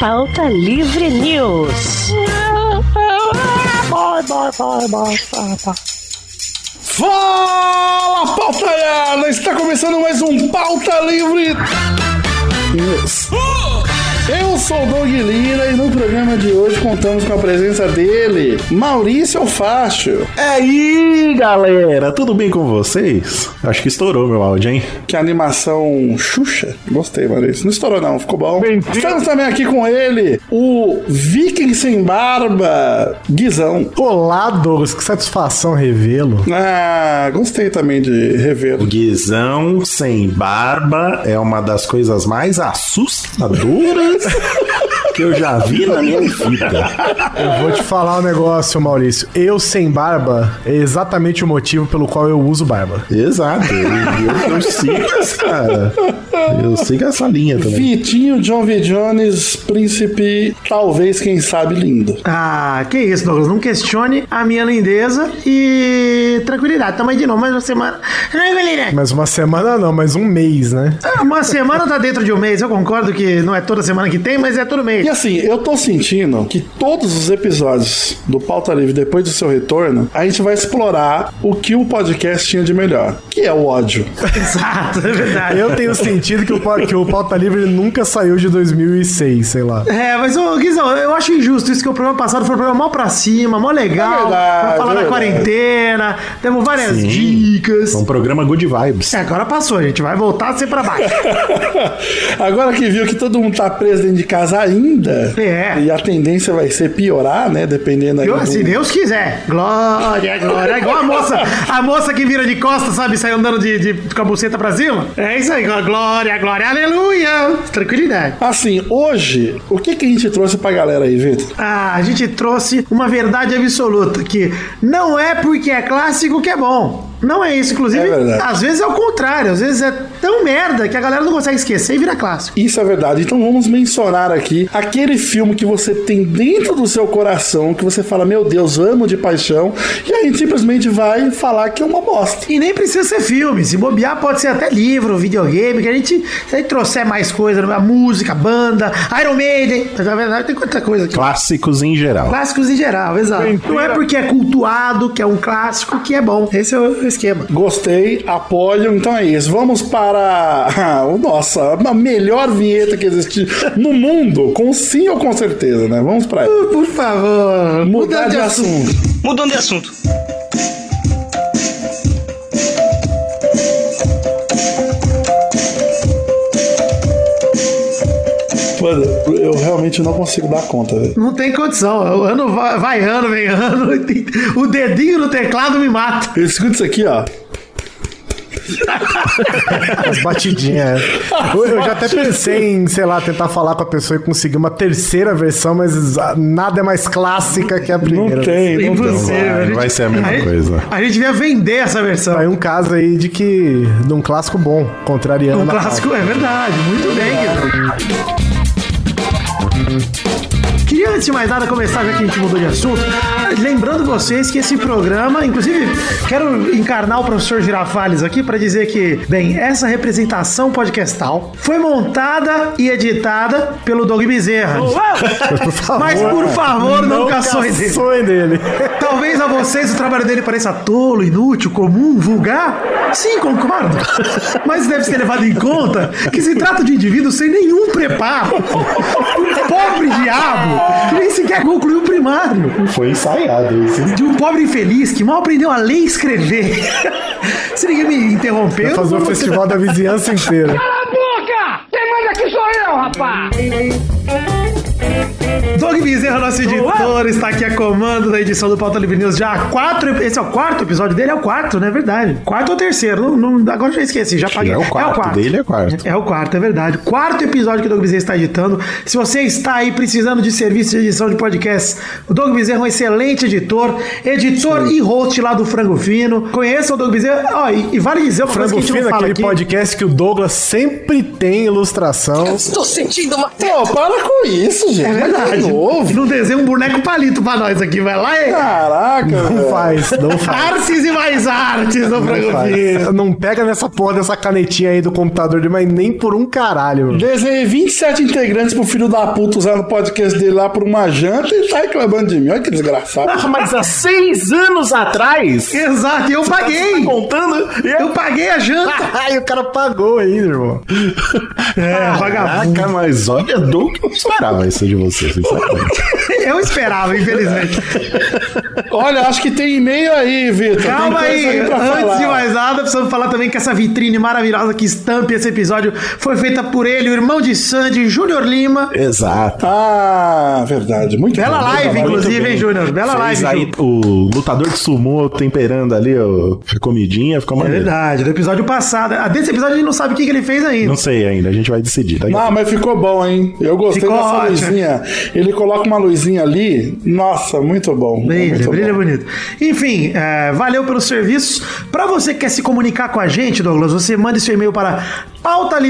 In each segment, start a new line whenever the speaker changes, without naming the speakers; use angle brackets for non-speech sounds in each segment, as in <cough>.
Pauta Livre News.
Fala, pautaiada! Está começando mais um Pauta Livre News. Eu sou o Doug Lira e no programa de hoje contamos com a presença dele, Maurício Alfacho.
É aí, galera! Tudo bem com vocês? Acho que estourou meu áudio, hein?
Que animação Xuxa. Gostei, Maurício. Não estourou, não, ficou bom. Estamos também aqui com ele, o Viking Sem Barba, Guizão.
Olá, Douglas, que satisfação revê-lo.
Ah, gostei também de rever.
O Guizão sem barba é uma das coisas mais assustadoras que eu já vi na minha vida.
Eu vou te falar um negócio, Maurício. Eu sem barba é exatamente o motivo pelo qual eu uso barba.
Exato. Eu, eu- eu sigo essa. Eu sigo essa linha também.
Vitinho John V. Jones, príncipe, talvez, quem sabe, lindo.
Ah, que isso, Douglas. Não questione a minha lindeza e tranquilidade. Tamo aí de novo mais uma semana. Ai, galera.
Mas uma semana não, mas um mês, né?
Ah, Uma semana tá dentro de um mês. Eu concordo que não é toda semana que tem, mas é todo mês.
<laughs> E assim, eu tô sentindo que todos os episódios do Pauta Livre depois do seu retorno, a gente vai explorar o que o podcast tinha de melhor, que é o ódio. <laughs>
Exato, é verdade.
Eu tenho sentido que o, pau- que o Pauta Livre nunca saiu de 2006, sei lá.
É, mas, ô, Guizão, eu acho injusto isso que o programa passado foi um programa mal pra cima, mal legal.
É verdade,
pra falar
é
da
verdade.
quarentena, demos várias
Sim.
dicas.
É um programa Good Vibes.
É, Agora passou, gente. Vai voltar a ser pra baixo.
Agora que viu que todo mundo tá preso dentro de casa ainda,
É. assim, né?
e a tendência vai ser piorar, né? Dependendo aí.
Eu,
do-
se Deus quiser. Glória, glória. É igual a moça, a moça que vira de costas, sabe? Sai andando de, de- com a buceta pra cima. É isso aí. Glória, glória, aleluia. Tranquilidade.
Assim, hoje, o que, que a gente trouxe pra galera aí, Vitor?
Ah, a gente trouxe uma verdade absoluta, que não é porque é clássico que é bom. Não é isso, inclusive,
É verdade.
às vezes é o contrário, às vezes é tão merda que a galera não consegue esquecer e vira clássico.
Isso é verdade. Então vamos mencionar aqui aquele filme que você tem dentro do seu coração, que você fala, meu Deus, amo de paixão, e a gente simplesmente vai falar que é uma bosta.
E nem precisa ser filme, se bobear pode ser até livro, videogame, que a gente, se a gente trouxer mais coisa, né? música, banda, Iron Maiden, mas na verdade tem quanta coisa aqui.
Clássicos em geral.
Clássicos em geral, exato. Não é porque é cultuado, que é um clássico, que é bom. Esse é o esquema.
Gostei, apoio. Então é isso. Vamos para <laughs> o nossa, a melhor vinheta que existe no mundo, com sim ou com certeza, né? Vamos para ela.
<laughs> Por favor,
mudar de assunto.
Mudando de assunto.
Mano, eu realmente não consigo dar conta, velho.
Não tem condição. O ano vai, vai ano, vem ano. <laughs> O dedinho no teclado me mata.
Eu escuto isso aqui, ó.
As batidinhas. é. Eu, eu já até pensei em, sei lá, tentar falar com a pessoa e conseguir uma terceira versão, mas ah, nada é mais clássica que a primeira.
Não tem, não tem.
Impossível.
Então, vai,
A gente-
vai ser a mesma
gente-
coisa.
A gente devia vender essa versão.
Aí um caso aí de que. de um clássico bom, contrariando
O
na
clássico é verdade. Muito bem, Guilherme. Queria, antes de mais nada, começar, já que a gente mudou de assunto, lembrando vocês que esse programa, inclusive, quero encarnar o professor Girafales aqui para dizer que, bem, essa representação podcastal foi montada e editada pelo Doug Bezerra. Mas, por favor, não, cações dele.
Sonho dele.
Talvez a vocês o trabalho dele pareça tolo, inútil, comum, vulgar. Sim, concordo. Mas deve ser levado em conta que se trata de indivíduos sem nenhum preparo. Um pobre diabo que nem sequer concluiu o primário.
Foi ensaiado isso.
De um pobre infeliz que mal aprendeu a ler e escrever. Se ninguém me interrompeu.
Vai
um
fazer o festival da vizinhança inteira.
Doug Bezerra, nosso editor, está aqui a comando da edição do Pauta Livre News já há quatro. Esse é o quarto episódio dele, é o quarto, não é verdade? Quarto ou terceiro? Não, não- agora eu já esqueci, já paguei.
É o quarto, dele é o quarto.
É o quarto, é verdade. Quarto episódio que o Doug Bezerra está editando. Se você está aí precisando de serviço de edição de podcast, o Doug Bezerra é um excelente editor, editor e host lá do Frango Fino. Conheça o Doug Bezerra. Ó, e, e vale dizer uma coisa
Frango
que a gente
Fino,
não fala
aquele
aqui.
podcast que o Douglas sempre tem ilustração.
Estou sentindo uma febre.
Pô, para com isso, gente.
É
Mas
verdade.
de novo.
Não desenha um boneco palito pra nós aqui, vai lá.
Ah.
É.
Caraca,
Não
velho.
faz, não faz.
Artes e mais artes do
Não,
Frango
faz. <laughs> não pega nessa porra dessa canetinha aí do computador de mas nem por um caralho, mano.
Desenhei 27 integrantes pro filho da puta usar no podcast dele lá por uma janta e tá reclamando de mim. Olha que desgraçado.
Tá
Ah, mas há seis anos atrás.
Exato,
tá
e eu paguei.
Contando. e
Eu paguei a janta.
Ai, o cara pagou ainda, irmão.
É,
Caraca, mas olha, Doug, eu não esperava isso de você, sinceramente.
Eu esperava, infelizmente.
Olha, acho que tem e-mail aí, Vitor. Tem
Calma
coisa
aí,
pra
antes
falar.
de mais nada, precisamos falar também que essa vitrine maravilhosa que estampa esse episódio foi feita por ele, o irmão de Sandy, Júnior Lima.
<laughs> Exato.
Ah, verdade. Muito
Bela
bom,
live,
muito
inclusive,
bem.
hein, Júnior? Bela
Fez
live,
aí
Ju.
o lutador de sumô temperando ali ó, a comidinha, ficou
É
maneiro.
verdade, do episódio passado. Ah, Desse episódio a gente não sabe o que, que ele fez ainda.
Não sei ainda, a gente vai decidir. Tá
Não, mas ficou bom, hein? Eu gostei
Ficou
dessa
ótimo.
luzinha. Ele coloca uma luzinha ali. Nossa, muito bom.
Brilha,
muito
brilha
bom.
bonito. Enfim, é, valeu pelo serviço. Pra você que quer se comunicar com a gente, Douglas, você manda seu e-mail para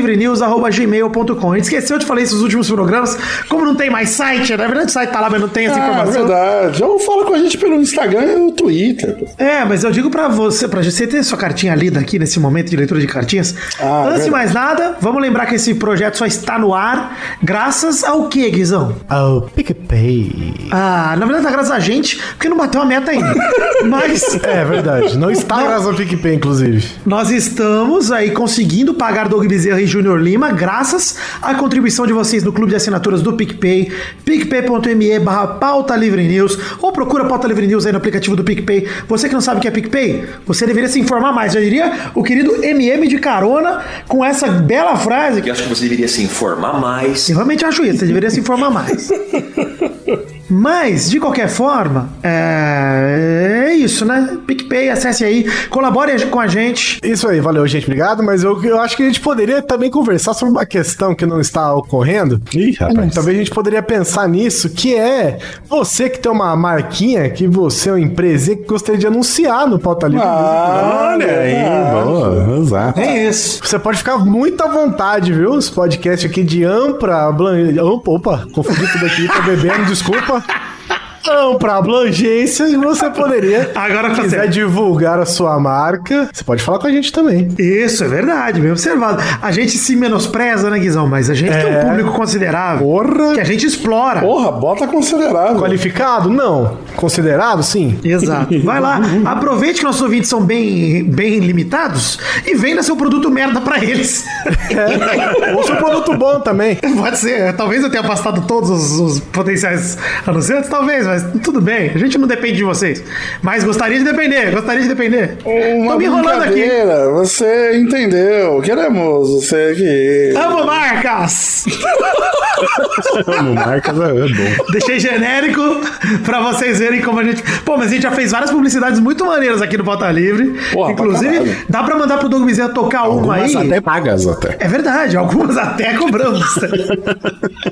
pautalivrenews.gmail.com. A gente esqueceu de falar isso nos últimos programas. Como não tem mais site, na verdade o site tá lá, mas não tem essa
Ah,
informação.
verdade. Ou fala com a gente pelo Instagram e o Twitter.
É, mas eu digo pra você, pra você ter sua cartinha lida aqui nesse momento de leitura de cartinhas.
Ah,
Antes de
verdade.
mais nada, vamos lembrar que esse projeto só está no ar graças ao quê, Guizão?
Oh, PicPay.
Ah, na verdade, tá graças a gente, porque não bateu a meta
<laughs>
ainda. mas
É verdade. Não está graças ao PicPay, inclusive.
nós estamos aí conseguindo pagar Doug Bezerra e Júnior Lima graças à contribuição de vocês do Clube de Assinaturas do PicPay, picpay.me barra pauta livre news, ou procura pauta livre news aí no aplicativo do PicPay. Você que não sabe o que é PicPay, você deveria se informar mais. Eu diria o querido MM de carona com essa bela frase que
Eu acho que você deveria se informar mais.
eu realmente acho isso, você deveria se informar <laughs> mais. Mas, de qualquer forma, é, é isso, né? PicPay, acesse aí, colabore com a gente.
Isso aí, valeu, gente. Obrigado. Mas eu, eu acho que a gente poderia também conversar sobre uma questão que não está ocorrendo.
Ih, rapaz.
Talvez a gente poderia pensar nisso, que é você que tem uma marquinha, que você é uma empresa que gostaria de anunciar no Pauta Livre.
Ah, Olha aí, boa, exato.
É isso.
Você pode ficar muito à vontade, viu? Os podcasts aqui de Ampra, Blan... Opa, opa, confundi tudo aqui, tô bebendo,
<laughs>
desculpa. Ampra abrangência e você
<laughs>
poderia,
Agora tá
se quiser
certo.
divulgar a sua marca, você pode falar com a gente também.
Isso, é verdade, bem observado. A gente se menospreza, né, Guizão? Mas a gente tem um público considerável.
Porra.
Que a gente explora.
Porra, bota considerável.
Qualificado? Não. Considerado? Sim.
Exato. Vai <laughs> lá, aproveite que nossos ouvintes são bem, bem limitados e venda seu produto merda pra eles. <laughs>
É. Ou seu produto bom também.
Pode ser. Talvez eu tenha afastado todos os, os potenciais anunciantes, talvez, mas tudo bem. A gente não depende de vocês. Mas gostaria de depender, gostaria de depender.
Uma
Tô me enrolando aqui.
brincadeira, Você entendeu. Queremos você que.
Amo marcas!
Como marcas é bom.
Deixei genérico <laughs> pra vocês verem como a gente. Pô, mas a gente já fez várias publicidades muito maneiras aqui no Pauta Livre.
Porra, pra
Inclusive,
caralho.
dá pra mandar pro Doug Bezerra tocar uma aí.
Algumas até pagas até.
É verdade, algumas até cobramos.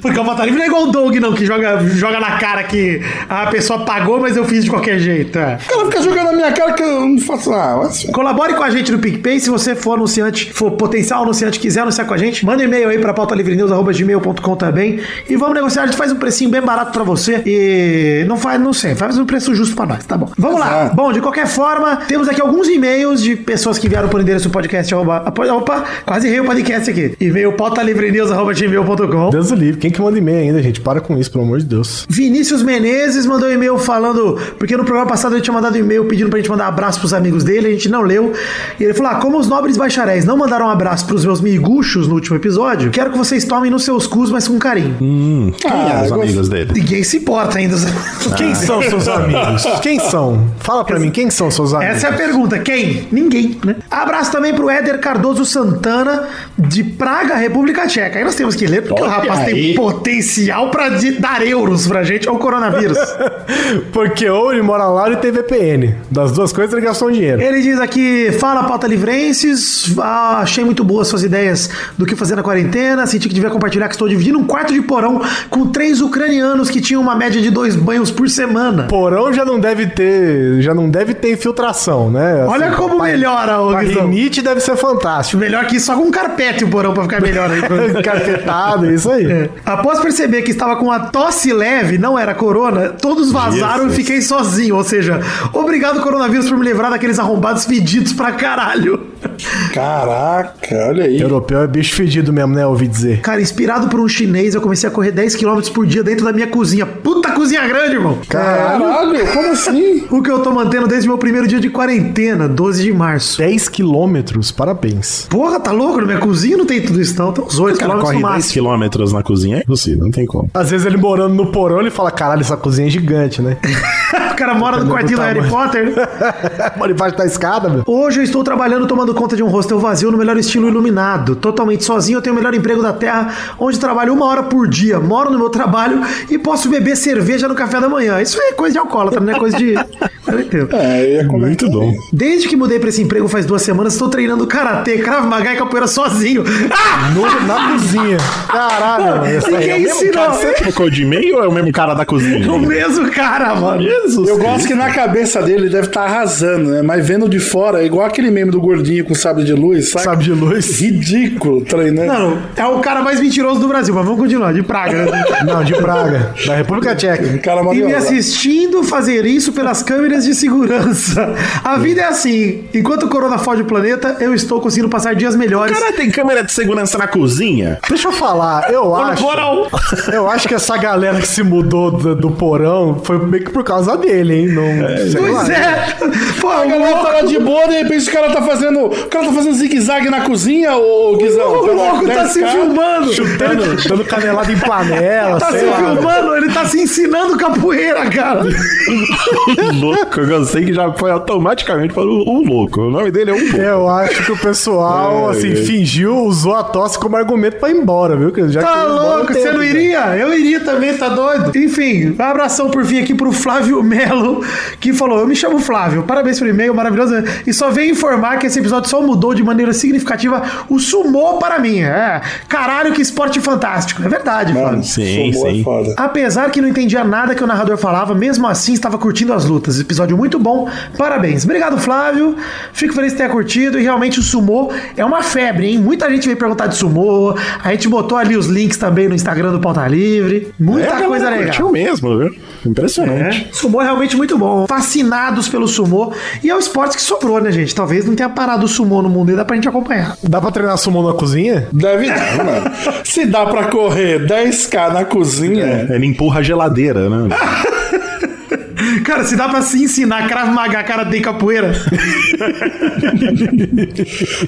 Porque o Pauta Livre não é igual o Doug, não, que joga, joga na cara que a pessoa pagou, mas eu fiz de qualquer jeito. é.
O cara fica jogando na minha cara que eu não faço nada. Mas...
Ah,
Colabore com a gente no PicPay. Se você for anunciante, for potencial anunciante, quiser anunciar com a gente, manda um e-mail aí pra pautalivrenews.gmail.com também. E vamos negociar, a gente faz um precinho bem barato pra você. E não faz, não sei, faz um preço justo pra nós, tá bom. Vamos lá.
Exato.
Bom, de qualquer forma, temos aqui alguns e-mails de pessoas que vieram por endereço podcast. Arroba, apo- opa, quase errei o podcast aqui. E-mail pautalivrenews.gmail.com.
Deus do livre. Quem que manda e-mail ainda, gente? Para com isso, pelo amor de Deus.
Vinícius Menezes mandou um e-mail falando, porque no programa passado ele tinha mandado um e-mail pedindo pra gente mandar abraço pros amigos dele, a gente não leu. E ele falou: ah, como os nobres bacharéis não mandaram um abraço pros meus miguxos no último episódio, quero que vocês tomem nos seus cus, mas com carinho.
Quem
Ah,
é os
gost-
amigos dele?
Ninguém se importa ainda. <laughs>
Quem são seus <laughs> amigos? Quem são? Fala pra mim, quem são seus amigos?
Essa é a pergunta. Quem? Ninguém, né? Abraço também pro Éder Cardoso Santana, de Praga, República Tcheca. Aí nós temos que ler, porque o rapaz tem potencial pra de- dar euros pra gente. Olha o coronavírus.
Porque ou ele mora lá ou ele tem VPN. Das duas coisas ele gastou um dinheiro.
Ele diz aqui: fala pauta livrenses, Ah, achei muito boas suas ideias do que fazer na quarentena. Senti que devia compartilhar que estou dividindo um quarto de porão com três ucranianos que tinham uma média de dois banhos por semana.
Porão já não deve ter, já não deve ter infiltração, né? Assim,
Olha como é. melhora o
pra
Guizão.
tá rinite deve ser fantástico. <laughs>
Melhor que só com um carpete o porão pra ficar melhor aí.
Carpetado, isso aí.
É. Após perceber que estava com a tosse leve, não era corona, todos vazaram
Jesus.
e fiquei sozinho. Ou seja, obrigado, coronavírus, por me livrar daqueles arrombados fedidos pra caralho.
Caraca, olha aí.
Europeu é bicho fedido mesmo, né? Ouvi dizer.
Cara, inspirado por um chinês, eu comecei a correr 10km por dia dentro da minha cozinha. Puta cozinha grande, irmão!
Caralho, como assim?
<laughs> O que eu tô mantendo desde meu primeiro dia de quarentena, 12 de março.
10 quilômetros, parabéns.
Porra, tá louco? Na minha cozinha não tem tudo isso, não. Tem uns 8
Cara,
km no
corre 10
máximo.
quilômetros na cozinha é impossível, não tem como.
Às vezes ele morando no porão, ele fala, caralho, essa cozinha é gigante, né? <laughs>
O cara mora
<laughs>
no quartinho do
Tá
Harry Potter. né?
Mora embaixo da escada, meu.
Hoje eu estou trabalhando tomando conta de um hostel vazio no melhor estilo iluminado. Totalmente sozinho, eu tenho o melhor emprego da terra, onde trabalho uma hora por dia, moro no meu trabalho e posso beber cerveja no café da manhã. Isso é coisa de alcoólatra, não é coisa de. <laughs> Eu não entendo.
É, eu ia comentar.
Muito bom.
Desde que mudei pra esse emprego faz duas semanas, estou treinando karatê, krav maga e capoeira sozinho. Ah!
No- na cozinha. Caralho, mano. Essa aí é
Ninguém
o mesmo
ensinou.
Cara, você trocou de e-mail ou é o mesmo cara da cozinha?
O mesmo cara, mano.
Jesus.
Eu gosto que na cabeça dele ele deve estar arrasando, né? Mas vendo de fora, é igual aquele meme do gordinho com sabre de luz, sabe?
sabe de luz.
Ridículo treinando.
Não, é o cara mais mentiroso do Brasil, mas vamos continuar, de praga. né?
Não, de Praga, da República Tcheca.
Cara
E me
mandiola.
assistindo fazer isso pelas câmeras de segurança. A vida é assim. Enquanto o corona foge o planeta, eu estou conseguindo passar dias melhores.
Cara, tem câmera de segurança na cozinha?
Deixa eu falar, eu acho.
Moral.
Eu acho que essa galera que se mudou do, do porão foi meio que por causa dele, hein? Não, sei lá.
pois é. Pô,
A
o
galera tá
louco,
lá de boa, de repente o cara tá fazendo. O cara tá fazendo zigue-zague na cozinha, ô Guizão.
o louco tá
Dez
se
caras.
filmando.
Dando, dando canelada em panela,
Tá se
sei lá.
filmando, ele tá se ensinando capoeira, cara.
louco, eu gostei que já foi automaticamente para o, o louco. O nome dele é um louco.
Eu acho que o pessoal,
Ai,
assim,
ai.
fingiu, usou a tosse como argumento pra ir embora, viu? querido? Já
Tá
queria ir embora,
louco,
tem-
você não iria? Eu iria também, tá doido? Enfim, um abração por fim aqui pro Flávio Melo, que falou: Eu me chamo Flávio, parabéns pelo e-mail, maravilhoso. E só veio informar que esse episódio só mudou de maneira significativa o sumô para mim. É, caralho, que esporte fantástico. É verdade, Flávio.
Sim,
Sou boa,
sim.
foda.
Apesar que não entendia nada que o narrador falava, mesmo assim estava curtindo as lutas. Episódio muito bom, parabéns. Obrigado, Flávio. Fico feliz de ter curtido. E realmente o sumô é uma febre, hein? Muita gente veio perguntar de sumô. A gente botou ali os links também no Instagram do Pauta Livre.
É, a
Muita
galera
coisa legal.
curtiu mesmo, viu? Impressionante.
Sumô é realmente muito bom. Fascinados pelo sumô. E é o esporte que sobrou, né, gente? Talvez não tenha parado o sumô no mundo e dá pra gente acompanhar.
É.
Dá pra treinar sumô na cozinha?
Deve <laughs> dar, É, mano. Se dá pra correr 10k na cozinha.
É, Ele empurra a geladeira, né?
Cara, se dá pra se ensinar Krav Maga, cara, de capoeira.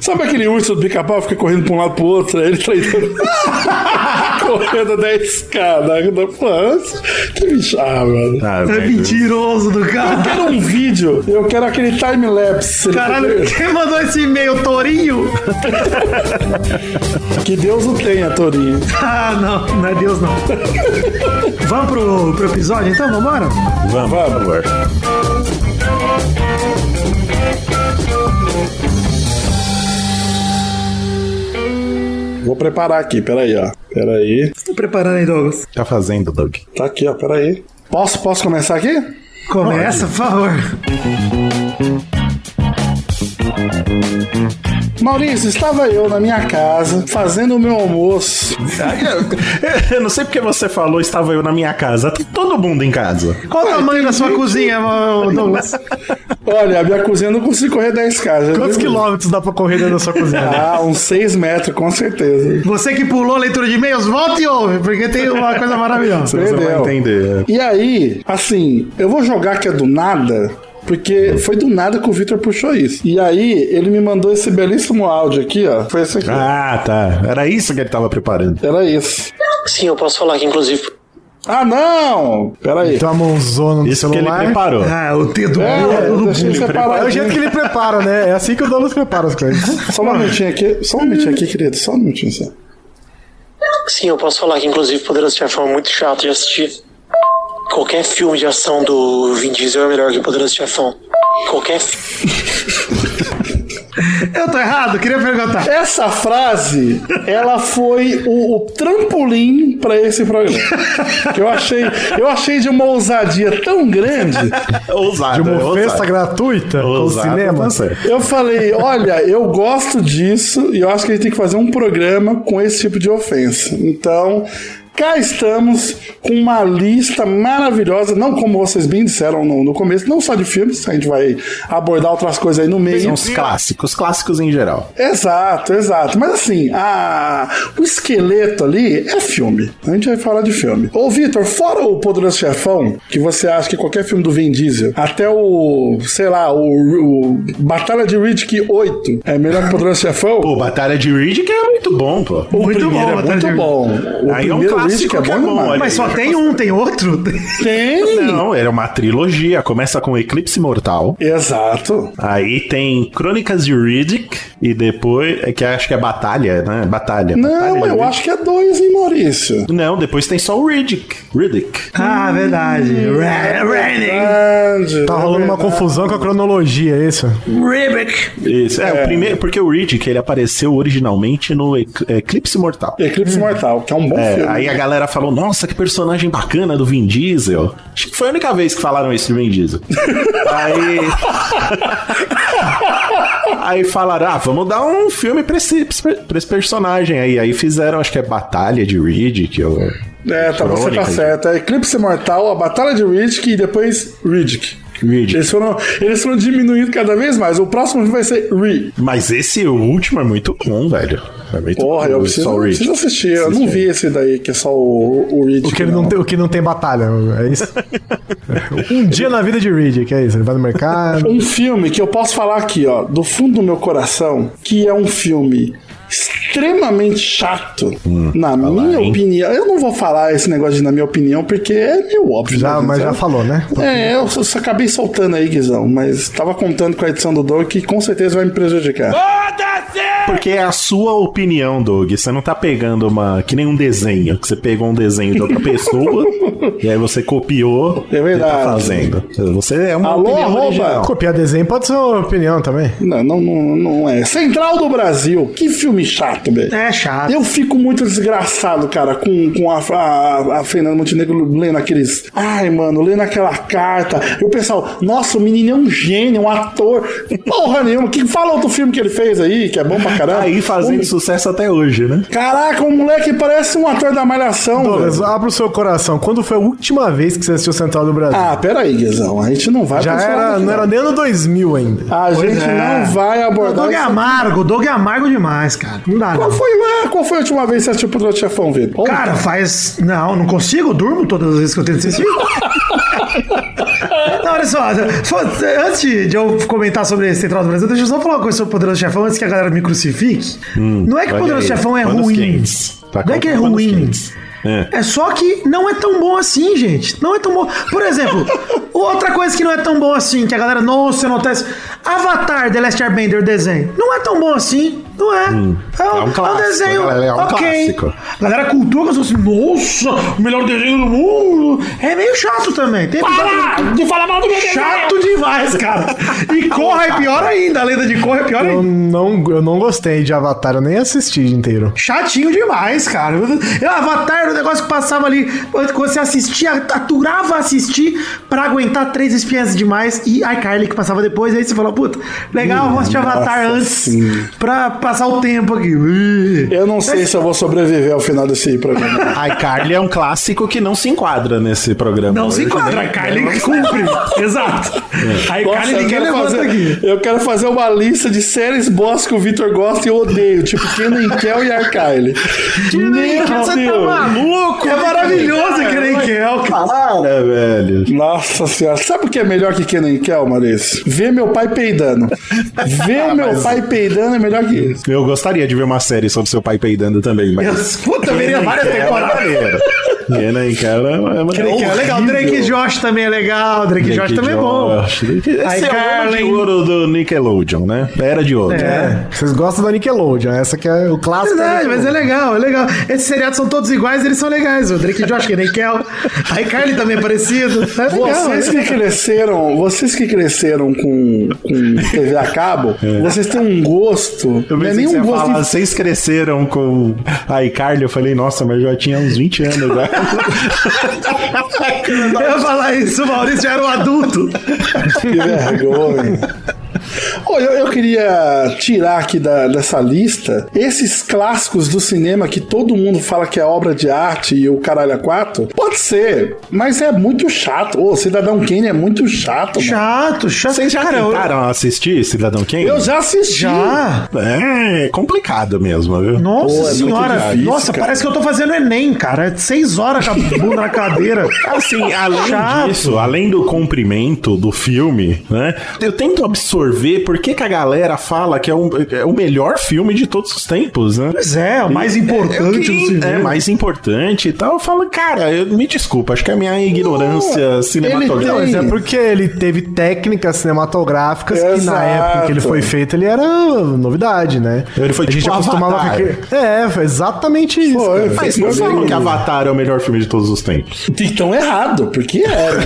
Sabe aquele urso do pica-pau que fica correndo pra um lado pro outro? aí Ele treinando. <laughs> correndo 10k na, na França. Que bicho. Ah, mano.
Ah,
É
velho.
mentiroso do cara.
Eu quero um vídeo. Eu quero aquele time-lapse.
Caralho,
entendeu?
quem mandou esse e-mail, Torinho? <laughs>
Que Deus o tenha, Torinho.
Ah, não, não é Deus, não. Vamos pro, pro episódio, então? Vambora?
Vamos, por favor.
Vou preparar aqui, peraí, ó. Peraí.
Tô preparando aí, Douglas.
Tá fazendo, Doug.
Tá aqui, ó, peraí. Posso, posso começar aqui?
Começa, por favor.
Maurício, estava eu na minha casa fazendo o meu almoço.
<laughs> Eu não sei porque você falou estava eu na minha casa. Tá todo mundo em casa.
Qual o tamanho da sua cozinha, ô, Douglas?
Olha, a minha cozinha eu não consigo correr 10 casas.
Quantos quilômetros dá pra correr dentro da sua cozinha? né?
Ah, uns 6 metros, com certeza.
Você que pulou a leitura de e-mails, volta e ouve, porque tem uma coisa maravilhosa.
Você vai
Perdeu.
entender.
E aí, assim, eu vou jogar que é do nada, porque foi do nada que o Victor puxou isso. E aí, ele me mandou esse belíssimo áudio aqui, ó. Foi esse aqui.
Ah, tá. Era isso que ele tava preparando.
Era isso.
Sim, eu posso falar que inclusive
Ah, não! Peraí.
Tem uma mãozona no
Isso que ele
celular.
preparou.
Ah, o dedo
É, eu deixei
Então, É
separado.
o jeito que ele prepara, né? É assim que o Douglas prepara as coisas.
Só um minutinho aqui, só um minutinho aqui, querido, só um minutinho só.
sim, eu posso falar que inclusive Poderoso Chefão é muito chato de assistir. Qualquer filme de ação do Vin Diesel é melhor que Poderoso Chefão. Qualquer filme.
Eu tô errado, queria perguntar.
Essa frase, ela foi o, o trampolim pra esse programa. Que eu achei, eu achei de uma ousadia tão grande.
Ousado.
De uma
é
ofensa
ousado.
gratuita ao
Ousado,
cinema.
tá certo.
Eu falei, olha, eu gosto disso e eu acho que a gente tem que fazer um programa com esse tipo de ofensa. Então, cá estamos com uma lista maravilhosa, não como vocês bem disseram no, no começo, não só de filmes, a gente vai abordar outras coisas aí no meio.
São os clássicos, clássicos em geral.
Exato, exato. Mas assim, a... o esqueleto ali é filme. A gente vai falar de filme. Ô, Vitor, fora o Poderoso Chefão, que você acha que qualquer filme do Vin Diesel, até o, sei lá, o, o Batalha de Riddick 8 é melhor que o Poderoso Chefão?
Pô, Batalha de Riddick é muito bom, pô.
O
muito
primeiro
bom,
é
Batalha
muito
de Riddick.
bom. O
Aí é um
primeiro
clássico
Riddick é
que é
bom
bom,
demais.
olha.
Mas só tem um, tem outro?
Tem!
Não, era uma trilogia. Começa com Eclipse Mortal.
Exato.
Aí tem Crônicas de Riddick. E depois. É que acho que é Batalha, né? Batalha.
Não,
Batalha de
eu
Riddick.
acho que é dois, hein, Maurício?
Não, depois tem só o Riddick. Riddick.
Ah, verdade. Ra- Raining.
Grande.
Tá rolando uma confusão com a cronologia, é isso?
Ribic.
Isso. É, o primeiro. Porque o Riddick, ele apareceu originalmente no Ec- Eclipse Mortal.
Eclipse Mortal, que é um bom
Hum. É,
filme.
aí a galera falou, nossa, que personagem bacana do Vin Diesel. Acho que foi a única vez que falaram isso do Vin Diesel. aí.
<laughs>
aí falaram, ah, vamos dar um filme pra esse, pra esse personagem aí. Aí fizeram, acho que é Batalha de Riddick. Ou...
É, tá, você tá
Crônicas.
certo. É Eclipse Mortal, a Batalha de Riddick e depois Riddick.
Riddick.
Eles foram, eles foram diminuindo cada vez mais. O próximo vai ser Ri.
Mas esse último é muito bom, velho. É muito
Porra,
bom,
eu preciso,
só o Riddick.
preciso assistir. Eu não vi esse daí, que é só o, o Riddick.
O que, ele não tem, o que não tem batalha, é
<laughs>
isso? um dia na vida de Reed, que é isso. Ele vai no mercado.
Um filme que eu posso falar aqui, ó, do fundo do meu coração, que é um filme extremamente chato,
Hum,
na minha
hein?
opinião. Eu não vou falar esse negócio de na minha opinião, porque é meio óbvio. né,
Já,
gente?
mas já
Sabe?
falou, né?
É, eu só, só acabei soltando aí, Guizão, mas tava contando com a edição do Doug que com certeza vai me prejudicar.
Porque é a sua opinião, Doug. Você não tá pegando uma. Que nem um desenho. Que você pegou um desenho de
<laughs>
outra pessoa e aí você copiou
É
e
verdade.
tá fazendo. Você é uma
Alô,
opinião
arroba.
original.
Copiar desenho pode ser uma opinião também.
Não, não, não, não é. Central do Brasil, que filme chato, velho.
É chato.
Eu fico muito desgraçado, cara, com, com a, a, a Fernanda Montenegro lendo aqueles. Ai, mano, lendo aquela carta. E o pessoal, nossa, o menino é um gênio, um ator. Porra nenhuma. Que fala outro filme que ele fez aí, que é bom pra caramba.
Tá Aí fazendo
Um-
sucesso até hoje, né?
Caraca, um moleque parece um ator da Malhação.
Douglas,
velho.
abra o seu coração. Quando foi a última vez que você assistiu Central do Brasil?
Ah, peraí, Guizão. A gente não vai né?
já
pra esse
era,
lado,
não era nem ano 2000 ainda.
A gente
é.
não vai
O
abordar
Doug é
isso.
amargo, o Doug é amargo demais, cara. Não dá,
Qual
não.
foi, ah, qual foi a última vez que você assistiu o Poderoso Chefão, Vitor?
Cara, faz. Não, não consigo, eu durmo todas as vezes que eu tento assistir. Não, olha só, só- antes de de eu comentar sobre Central do Brasil, deixa eu só falar uma coisa sobre o Poderoso Chefão antes que a galera me crucifique. não é que o
olha
Poderoso
Hum, aí,
Chefão é
panos
ruim.
quentes. Tá
não é que é
com panos
ruim.
quentes. É.
É só que não é tão bom assim, gente. Não é tão bom. Por exemplo, outra coisa que não é tão bom assim, que a galera, nossa, acontece. Avatar The Last Airbender, o desenho. Não é tão bom assim. Não é. É,
É um clássico,
desenho.
galera, é um
ok.
clássico.
A galera cultua que assim, nossa, o melhor desenho do mundo. É meio chato também. Tem episódio
de falar mal do meu
chato demais, cara. E Corra é pior ainda. A lenda de Corra é pior
Eu
ainda.
não, eu não gostei de Avatar, eu nem assisti inteiro.
Chatinho demais, cara. Eu, Avatar era um negócio que passava ali. quando Você assistia, aturava assistir pra aguentar três espiãs demais e iCarly que passava depois. Aí você falou, puta, legal, vamos assistir Avatar
nossa,
antes
sim.
pra passar o tempo aqui. Ih.
Eu não sei se eu vou sobreviver ao final desse programa.
A iCarly é um clássico que não se enquadra nesse programa.
Não se
Hoje, É.
enquadra,
né?
iCarly que cumpre.
<laughs>
Exato. A
Nossa,
iCarly
eu,
ninguém
quero
levanta aqui.
fazer, eu quero fazer uma lista de séries boss que o Vitor gosta e eu odeio, tipo Kenan Kel e <laughs> Arkylie. Meu Deus.
tá maluco? É maravilhoso aquele Kel, é, cara.
Para, velho.
Nossa senhora, sabe o que é melhor que Kenan Kel, Maurício? Ver meu pai peidando. <laughs> Ver meu pai peidando é melhor que isso.
Eu gostaria de ver uma série sobre seu pai peidando também, é, mas.
Puta, veria várias temporadas.
maneiro.
Kenan e Cara é uma- é uma
Drake é legal. Drake e Josh também é legal. Drake e Josh também é bom.
Esse é o ano de
Carlin.
ouro do Nickelodeon, né? Era de ouro.
É.
Vocês gostam da Nickelodeon, essa que é o clássico. da
Verdade, mas é
Nickelodeon.
legal, é legal. Esses seriados são todos iguais, eles são legais. O Drake e Josh, que nem Kel. A iCarly também é parecido. É legal,
Vocês
né?
<laughs> que cresceram, vocês que cresceram com, com TV a cabo, vocês têm um gosto.
Eu
Não é nem
pensei que você
um
ia
gosto.
falar,
inf-
vocês cresceram com a iCarly, eu falei, nossa, mas já tinha uns 20 anos já.
Eu ia falar isso, o Maurício já era um adulto.
Que vergonha. Ô, eu, eu queria tirar aqui da- dessa lista esses clássicos do cinema que todo mundo fala que é obra de arte e o caralho a quatro. Pode ser, mas é muito chato. Ô, Cidadão Kane é muito chato. mano.
Chato, chato.
Vocês já
Cara, eu-
tentaram assistir Cidadão Kane?
Eu já assisti.
Já?
É complicado mesmo, viu?
Nossa
Pô, é muito
senhora,
difícil,
nossa,
cara.
parece que eu tô fazendo Enem, cara. É Seis horas com a bunda na cadeira.
Assim, além
Chato.
disso, além do comprimento do filme, né? Eu tento absorver por que, que a galera fala que é, um- é o melhor filme de todos os tempos, né?
Pois é, o mais
Eu
importante do
queria-
cinema.
é mais importante e tal. Eu falo, cara, eu- me desculpa, acho que é a minha ignorância cinematográfica.
tem-
Mas é porque ele teve técnicas cinematográficas que na
Exato.
época que ele foi feito ele era novidade, né?
Ele foi
a gente
tipo
acostumava com
Avatar.
aquele... É, foi exatamente isso.
Foi,
cara.
foi.
Mas não falam que Avatar é o melhor filme de todos os tempos.
Então errado, porque é, era.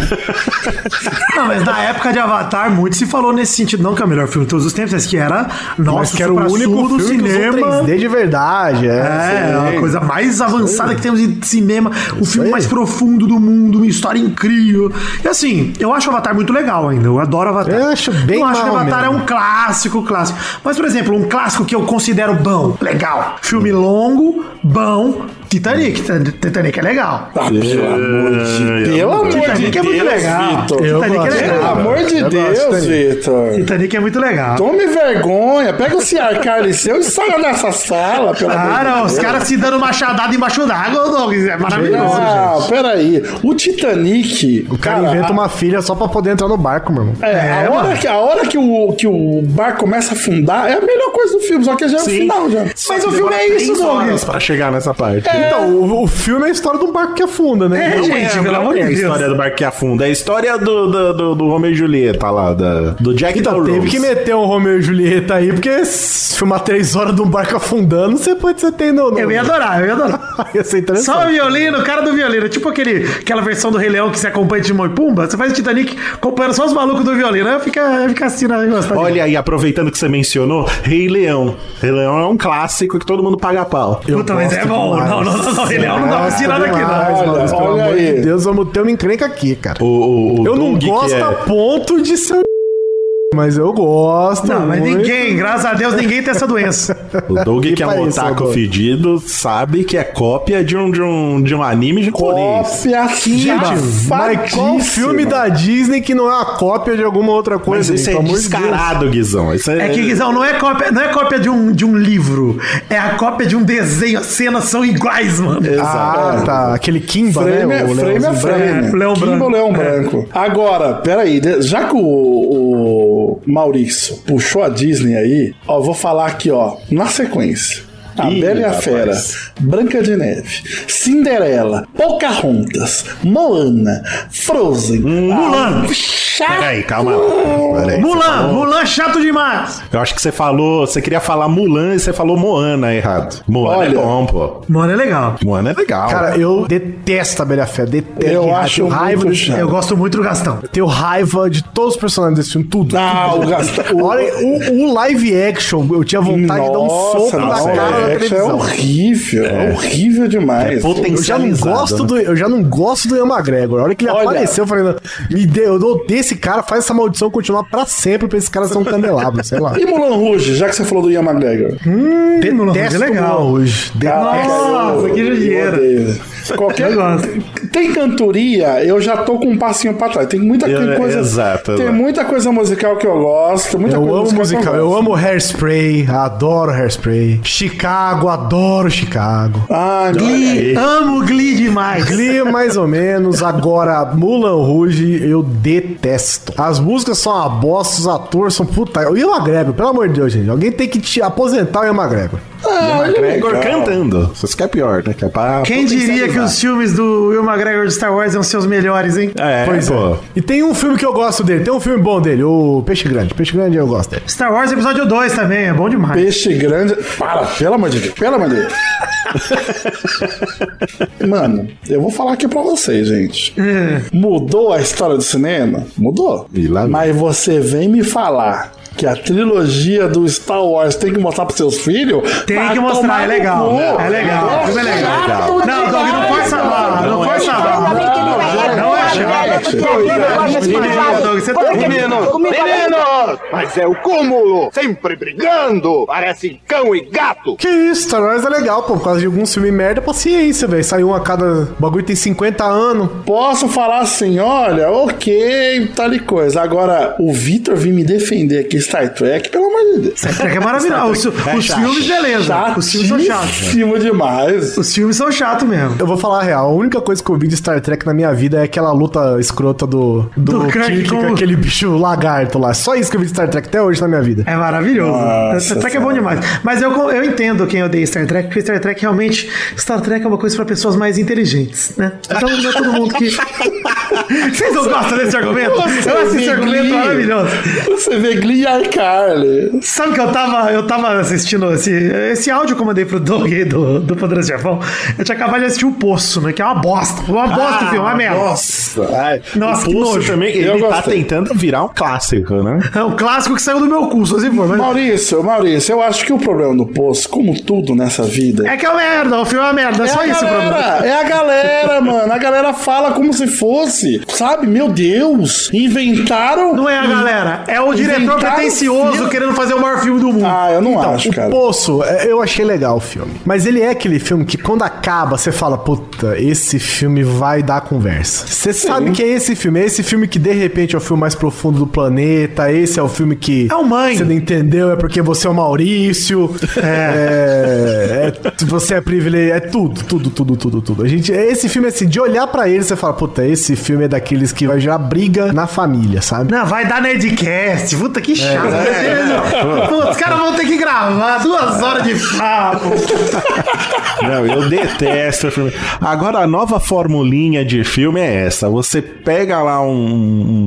Não, mas na época de Avatar, muito se falou nesse sentido, não que é o melhor filme de todos os tempos, mas que era, nossa,
Mas que era o
supra-sumo
único
do
filme
cinema.
que usou 3D de verdade, é.
É, a coisa mais avançada que temos em cinema, o filme
aí.
mais profundo do mundo, uma história incrível. E assim, eu acho Avatar muito legal ainda, eu adoro Avatar.
Eu acho bem
Eu acho que
mal
Avatar
mesmo.
é um clássico, clássico. Mas, por exemplo, um clássico que eu considero bom, legal. Filme
Hum.
longo, bom, Titanic. Titanic é legal.
Ah,
<laughs>
pelo
É,
amor de Deus. Pelo amor de Deus.
Titanic
Vitor. Pelo amor de
Eu gosto, cara. Eu gosto
é muito legal. Titanic é legal.
Deus,
também.
Vitor.
Titanic é muito legal.
Tome vergonha, pega o CR Carly seu e saia dessa sala, pelo amor de
Cara,
Deus.
os caras se dando machadada embaixo d'água, Douglas. É maravilhoso, gente.
Ah, peraí. O Titanic.
O cara, inventa uma filha só pra poder entrar no barco, meu irmão.
É, a hora, que, a hora que, o, que o bar começa a afundar é a melhor coisa do filme, só que já é o final já.
Mas o filme é isso, Douglas.
Pra chegar nessa parte.
Então, o, o filme é a história de um barco que afunda, né?
É,
Não,
gente, pelo
não
amor
é
de
a
Deus.
história do barco que afunda, é a história do, do, do, do Romeo e Julieta lá, da, do Jack
Então,
Daniels.
teve que meter um Romeu e Julieta aí, porque se filmar três horas de um barco afundando, você pode você ter no, no-
Eu ia adorar, eu ia adorar.
Ia ser interessante.
Só o violino, o cara do violino. Tipo aquele, aquela versão do Rei Leão que você acompanha de Timão e Pumba. Você faz o Titanic acompanhando só os malucos do violino. Aí fica, aí fica assim, né? Gostar
Olha aí, aproveitando que você mencionou, Rei Leão. Rei Leão é um clássico que todo mundo paga pau.
de... Puta, mas é
gosto
bom.
demais.
Não, não, não, não. Rei
é
Leão não dá pra
Gosto
ensinar aqui,
demais,
não.
Olha,
Maurício, pelo
olha
amor
aí.
de Deus, vamos ter uma encrenca aqui, cara.
O, o, o
Eu não
Doug, que
gosto
é-
a ponto de ser um <laughs> mas eu gosto.
Não, mas
muito.
ninguém, graças a Deus, ninguém tem essa doença.
O Doug,
Que
que é um
pareça
otaku
agora.
fedido, sabe que é cópia de um, de um, de um anime japonês.
Cópia
Gente, mas qual filme da Disney que não é uma cópia de alguma outra
Mas
coisa?
isso é
gente? Pelo amor de
descarado, Guizão. Isso é,
É que, Guizão, não é cópia, não é cópia de, um, de um livro. É a cópia de um desenho. As cenas são iguais, mano.
É.
Deus. Ah, tá. Aquele Kimba,
Frame,
né?
é
o
frame, é
Leãozinho
frame.
branco. Leão
Kimbo
branco.
Leão branco. Agora, peraí, de- já que o, o Maurício puxou a Disney aí, ó, vou falar aqui, ó, na sequência. A
Ih,
Bela e a
rapaz.
Fera, Branca de Neve, Cinderela, Pocahontas, Moana, Frozen,
Hum.
Mulan. Ah,
Peraí, calma
uh!
lá. Peraí, você
Mulan,
falou-
Mulan chato demais.
Eu acho que você falou, você queria falar Mulan e você falou Moana errado. Moana é
Olha.
bom, pô.
Mano, é legal.
Moana é legal.
Cara, eu detesto a Bela Fé, detesto.
Eu
tenho
acho
raiva
muito
de-
chato.
Eu gosto muito do Gastão.
Tenho raiva de todos os personagens desse filme, tudo.
Ah, o Gastão- <laughs> o-
<laughs> Olha, o, o live action, eu tinha vontade de dar um soco na
nossa,
cara da
é, isso é
televisão. É
horrível, é, horrível demais.
Eu já não
Potencializado,
gosto
né?
do, eu já não gosto do Ian McGregor. A hora que ele
Olha.
apareceu, eu falei, "Não, me deu, eu odeio esse cara, faz essa maldição continuar pra sempre pra esse cara ser um candelabro, sei
<laughs>
lá.
E Mulan Rouge, já que você falou do Ian McGregor.
Mulan Rouge é legal.
hoje.
Caraca,
Nossa,
eu-
que
Ah,
eu
judiera.
odeio. Qualquer,
Eu gosto.
tem cantoria, eu já tô com um passinho pra trás. Tem muita
Eu-
coisa.
exato,
Tem
exato.
muita coisa musical que eu gosto. Muita
Eu
coisa
amo
que
musical, eu
gosto.
amo Hairspray, adoro Hairspray. Chicago, adoro Chicago.
Ah,
Glee, amo Glee demais.
Glee, mais ou menos. Agora, Mulan Rouge, eu detesto. As músicas são uma bosta, os atores são puta. E o Ian McGregor, pelo amor de Deus, gente. Alguém tem que te aposentar o Ian McGregor.
ah,
McGregor
legal.
cantando. Isso que é pior, né? Que é pra
Quem diria que os filmes do Will McGregor de Star Wars são seus melhores, hein?
É,
Pois
pô.
é. E tem um filme que eu gosto dele, tem um filme bom dele, o Peixe Grande. Peixe Grande eu gosto dele.
Star Wars Episódio 2 também, é bom demais.
Peixe grande. Para, pelo amor de Deus, pelo amor de Deus. Mano, eu vou falar aqui pra vocês, gente. Mudou a história do cinema? Mudou.
E lá-
Mas você vem me falar. Que a trilogia do Star Wars tem que mostrar pros seus filhos?
Tem
Pra
que mostrar, é
tomar no
legal,
cu.
é legal,
Nossa,
o filme é legal.
Legal.
Não, Doug, não força a barra, não força a barra. Não
Não
é chato. Doug, você tá
Menino, menino! Mas é o cúmulo! Sempre brigando! Parece cão e gato!
Que isso, Star Wars é legal, pô. Por causa de alguns filmes merda, paciência, velho. Saiu um a cada. O bagulho tem 50 anos.
Posso falar assim, olha, ok, tal e coisa. Agora, o Vitor vir me defender aqui, Star Trek, pelo amor de Deus.
Star Trek é maravilhoso. Os, os filmes, beleza. Os filmes são chatos. né?
É.
Chatíssimo demais.
Os filmes são chatos mesmo.
Eu vou falar a real, a única coisa que eu vi de Star Trek na minha vida é aquela luta escrota do, do,
Do Kirk
Kirk com...
com-
aquele bicho lagarto lá. Só isso que eu vi de Star Trek até hoje na minha vida.
É maravilhoso.
Nossa
Star Trek é bom
Senhora.
demais. Mas eu, eu entendo quem odeia Star Trek, porque Star Trek realmente. Star Trek é uma coisa pra pessoas mais inteligentes, né? Então não é todo mundo <laughs> que. Vocês não gostam desse argumento?
Você
Eu acho esse
vê
argumento
Glee.
maravilhoso.
Você vê Glee e iCarly.
Sabe que eu tava, eu tava assistindo esse, esse áudio que eu mandei pro Doug aí do, do Poderoso Japão? Eu tinha acabado de assistir O Poço, né? Que é uma bosta. Uma bosta o filme, é uma merda.
Nossa, ai,
Nossa,
o
que
Pulso
nojo.
É. também, ele
Eu
tá
gostei.
tentando virar um clássico, né?
É um clássico que saiu do meu curso, assim, pô. Mas...
Maurício, Maurício, eu acho que o problema do poço, como tudo nessa vida.
É que é uma merda, o filme é uma merda, é, só
a
isso o problema.
galera, é a galera, mano. A galera fala como se fosse, sabe? Meu Deus, inventaram. um
Não é a galera, é o diretor
Inventaram
pretencioso
filme.
querendo fazer o maior filme do mundo.
Ah, eu não
Então,
acho,
o
cara.
Poço, é, eu achei legal o filme. Mas ele é aquele filme que quando acaba, você fala, puta, esse filme vai dar conversa. Você sabe que é esse filme, é esse filme que de repente é o filme mais profundo do planeta, esse é o filme que...
É o Mãe.
Você não entendeu, é porque você é o
<laughs>
Maurício, é, é- você é privilegiado, é tudo, tudo, tudo, tudo, tudo. A gente, é esse filme assim, de olhar pra ele, você fala, puta, esse filme é daqueles que vai gerar briga na família, sabe?
Não, vai dar Nerdcast. Puta, que chato. Pô, os caras vão ter que gravar duas horas de papo.
Não, eu detesto filme. Agora, a nova formulinha de filme é essa. Você pega lá um-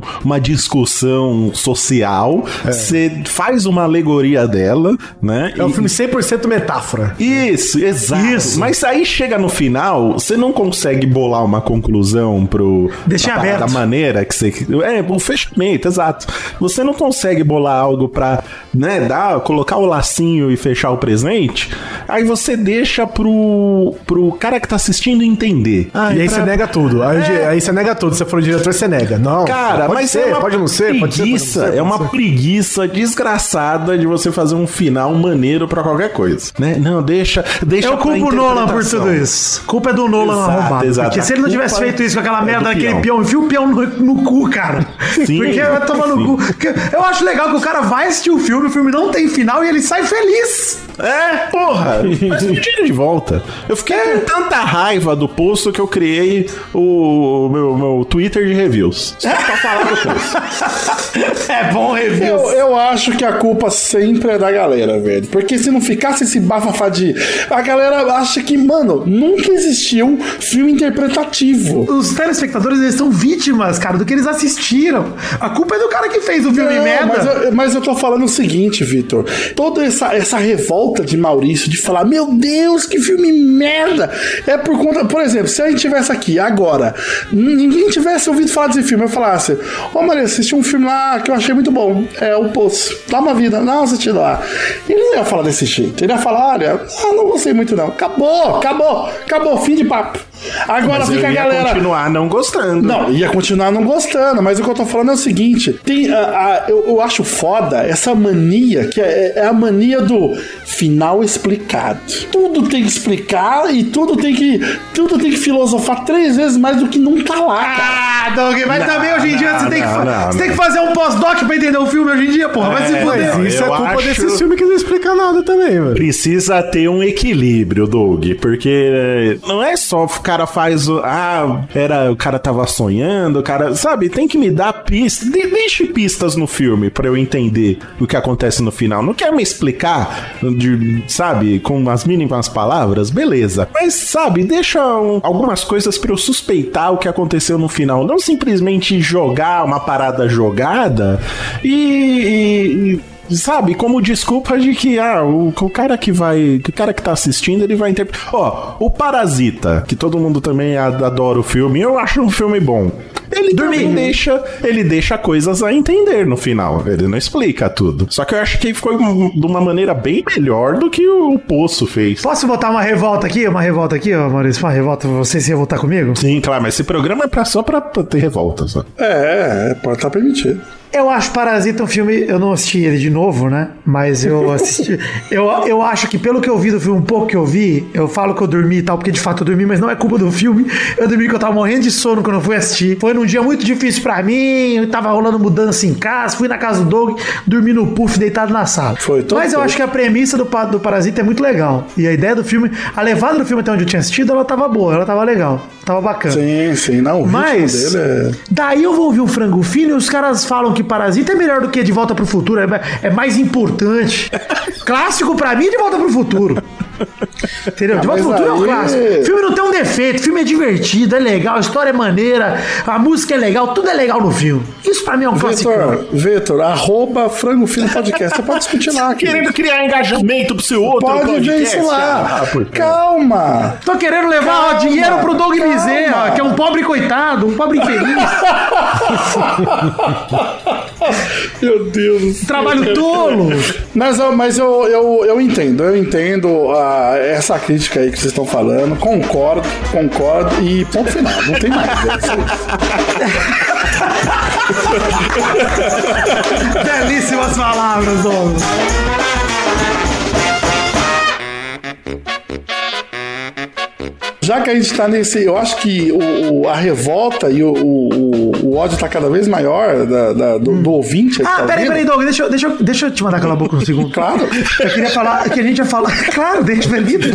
um- uma discussão social, você faz uma alegoria dela, né?
É um
E-
filme 100% metáfora.
Isso, exato.
Isso.
Mas aí chega no final, você não consegue bolar uma conclusão pro.
Deixa
da,
aberto.
Da maneira que você. É, o fechamento, exato. Você não consegue bolar algo pra, né, dar, colocar o lacinho e fechar o presente. Aí você deixa pro, pro cara que tá assistindo entender.
e aí
Ah, pra- É.
você nega tudo. Aí, aí você nega tudo. Você for o diretor, você nega. Não.
Cara,
pode
mas
ser,
é uma
pode não ser, pode ser, pode não
preguiça,
ser. pode
é uma
ser.
preguiça desgraçada de você fazer um final maneiro pra qualquer coisa, né? Não, deixa, deixa
Eu
pra
culpo o Nolan por
interpretação.
tudo isso. Culpa é do Nolan
Exato,
arrombado.
exato.
Porque se ele não
A culpa
tivesse feito isso com aquela
é
merda
do
daquele
peão.
peão, enfia o peão no, no cu, cara.
Sim,
Porque vai tomar
sim.
no cu. Porque Eu acho legal que o cara vai assistir o filme, o filme não tem final e ele sai feliz.
É,
<laughs>
porra! Mas me tira de volta. Eu fiquei
É.
com tanta raiva do posto que eu criei o meu, meu Twitter de reviews. Só pra falar do posto.
É bom review.
<laughs> Eu, eu acho que a culpa sempre é da galera, velho. Porque se não ficasse esse bafafá de. A galera acha que, mano, nunca existiu filme interpretativo.
Os telespectadores, eles são vítimas, cara, do que eles assistiram. A culpa é do cara que fez o filme
Não,
merda.
Mas eu, mas eu tô falando o seguinte, Vitor. Toda essa, essa revolta de Maurício de falar, meu Deus, que filme merda! É por conta. Por exemplo, se a gente tivesse aqui agora, ninguém tivesse ouvido falar desse filme, eu falasse, ô Maria, assisti um filme lá que eu achei muito bom. É o Poço. Dá uma vida, não assisti lá. Ele não ia falar desse jeito. Ele ia falar, olha, ah, não gostei muito, não. Acabou, acabou, acabou, fim de papo. Agora
Mas eu
fica a
ia
galera.
continuar não gostando.
Não, ia continuar não gostando, mas o que eu tô falando é o seguinte: tem a, a- eu, eu acho foda essa mania, que é, é a mania do final explicado. Tudo tem que explicar e tudo tem que. Tudo tem que filosofar três vezes mais do que não tá lá, cara.
Ah, Doug, mas também hoje em dia você, tem, que,
não,
fa-
não, não.
você tem que fazer um pós-doc pra entender o filme hoje em dia, porra. Vai se
É,
fuder.
mas
Isso
Eu
é culpa
acho-
desse filme que não explica nada também, velho.
Precisa ter um equilíbrio, Doug, porque eh, não é só o cara faz o. Ah, era, o cara tava sonhando, o cara. Sabe, tem que me dar pistas. De, deixe pistas no filme pra eu entender o que acontece no final. Não quer me explicar, de- sabe, com as mínimas palavras? Beleza. Mas, sabe, deixa um- algumas coisas pra eu suspeitar o que aconteceu no final. Não simplesmente jogar uma parada jogada e- e- e Sabe, como desculpa de que ah, o, o cara que vai. que O cara que tá assistindo, ele vai interpretar. Ó, o Parasita, que todo mundo também a- adora o filme, eu acho um filme bom. Ele também deixa, ele deixa coisas a entender no final. Ele não explica tudo. Só que eu acho que ficou um- de uma maneira bem melhor do que o, o Poço fez.
Posso botar uma revolta aqui? Uma revolta aqui, ó, Maurício? Uma revolta pra você se revoltar comigo?
Sim, claro, mas esse programa é pra, só pra, pra ter revolta. Só.
É, é, pode estar permitido.
Eu acho Parasita um filme. Eu não assisti ele de novo, né? Mas
<laughs>
eu assisti. eu, eu acho que pelo que eu vi do filme, um pouco que eu vi, eu falo que eu dormi e tal, porque de fato eu dormi, mas não é culpa do filme. Eu dormi que eu tava morrendo de sono quando eu fui assistir. Foi num dia muito difícil pra mim, eu tava rolando mudança em casa, fui na casa do Doug, dormi no puff deitado na sala.
Foi, tô
Mas eu
todo.
acho que a premissa do, pa- do Parasita é muito legal. E a ideia do filme, a levada do filme até onde eu tinha assistido, ela tava boa, ela tava legal, tava bacana.
Sim, sim, não. O
Mas,
ritmo dele é.
daí eu vou ouvir um frango filho e os caras falam que Parasita é melhor do que De Volta pro Futuro, é, é mais
<laughs>
importante. clássico pra mim é De Volta pro Futuro. Entendeu? De Volta pro
Ah,
Futuro
mas
é um
aí-
clássico. Filme não tem um defeito, filme é divertido, é legal, a história é maneira, a música é legal, tudo é legal no filme. Isso pra mim é um clássico.
Vitor, Vitor, arroba frango filho podcast. Você pode discutir lá, querido.
criar engajamento pro seu outro
Pode ver
podcast,
isso lá.
ah, por favor.
Calma.
Tô querendo levar ó,
Calma,
dinheiro pro Doug
calma.
Bezerra, que é um pobre coitado, um pobre infeliz,
<laughs> Meu Deus do céu.
trabalho tolo.
Mas, eu- mas eu, eu, eu entendo, eu entendo ah, essa crítica aí que vocês estão falando. Concordo, concordo e ponto final. Não tem mais. é isso aí.
Belíssimas palavras, Doug.
Já que a gente tá nesse. Eu acho que o, o- a revolta e o, o, o ódio tá cada vez maior da- da- do, do ouvinte. que
Ah,
tá
peraí,
ouvindo.
peraí, Doug, deixa, eu- deixa, eu- deixa eu te mandar aquela boca um segundo.
Claro.
Eu queria falar que a gente ia falar. Claro, deixa permita.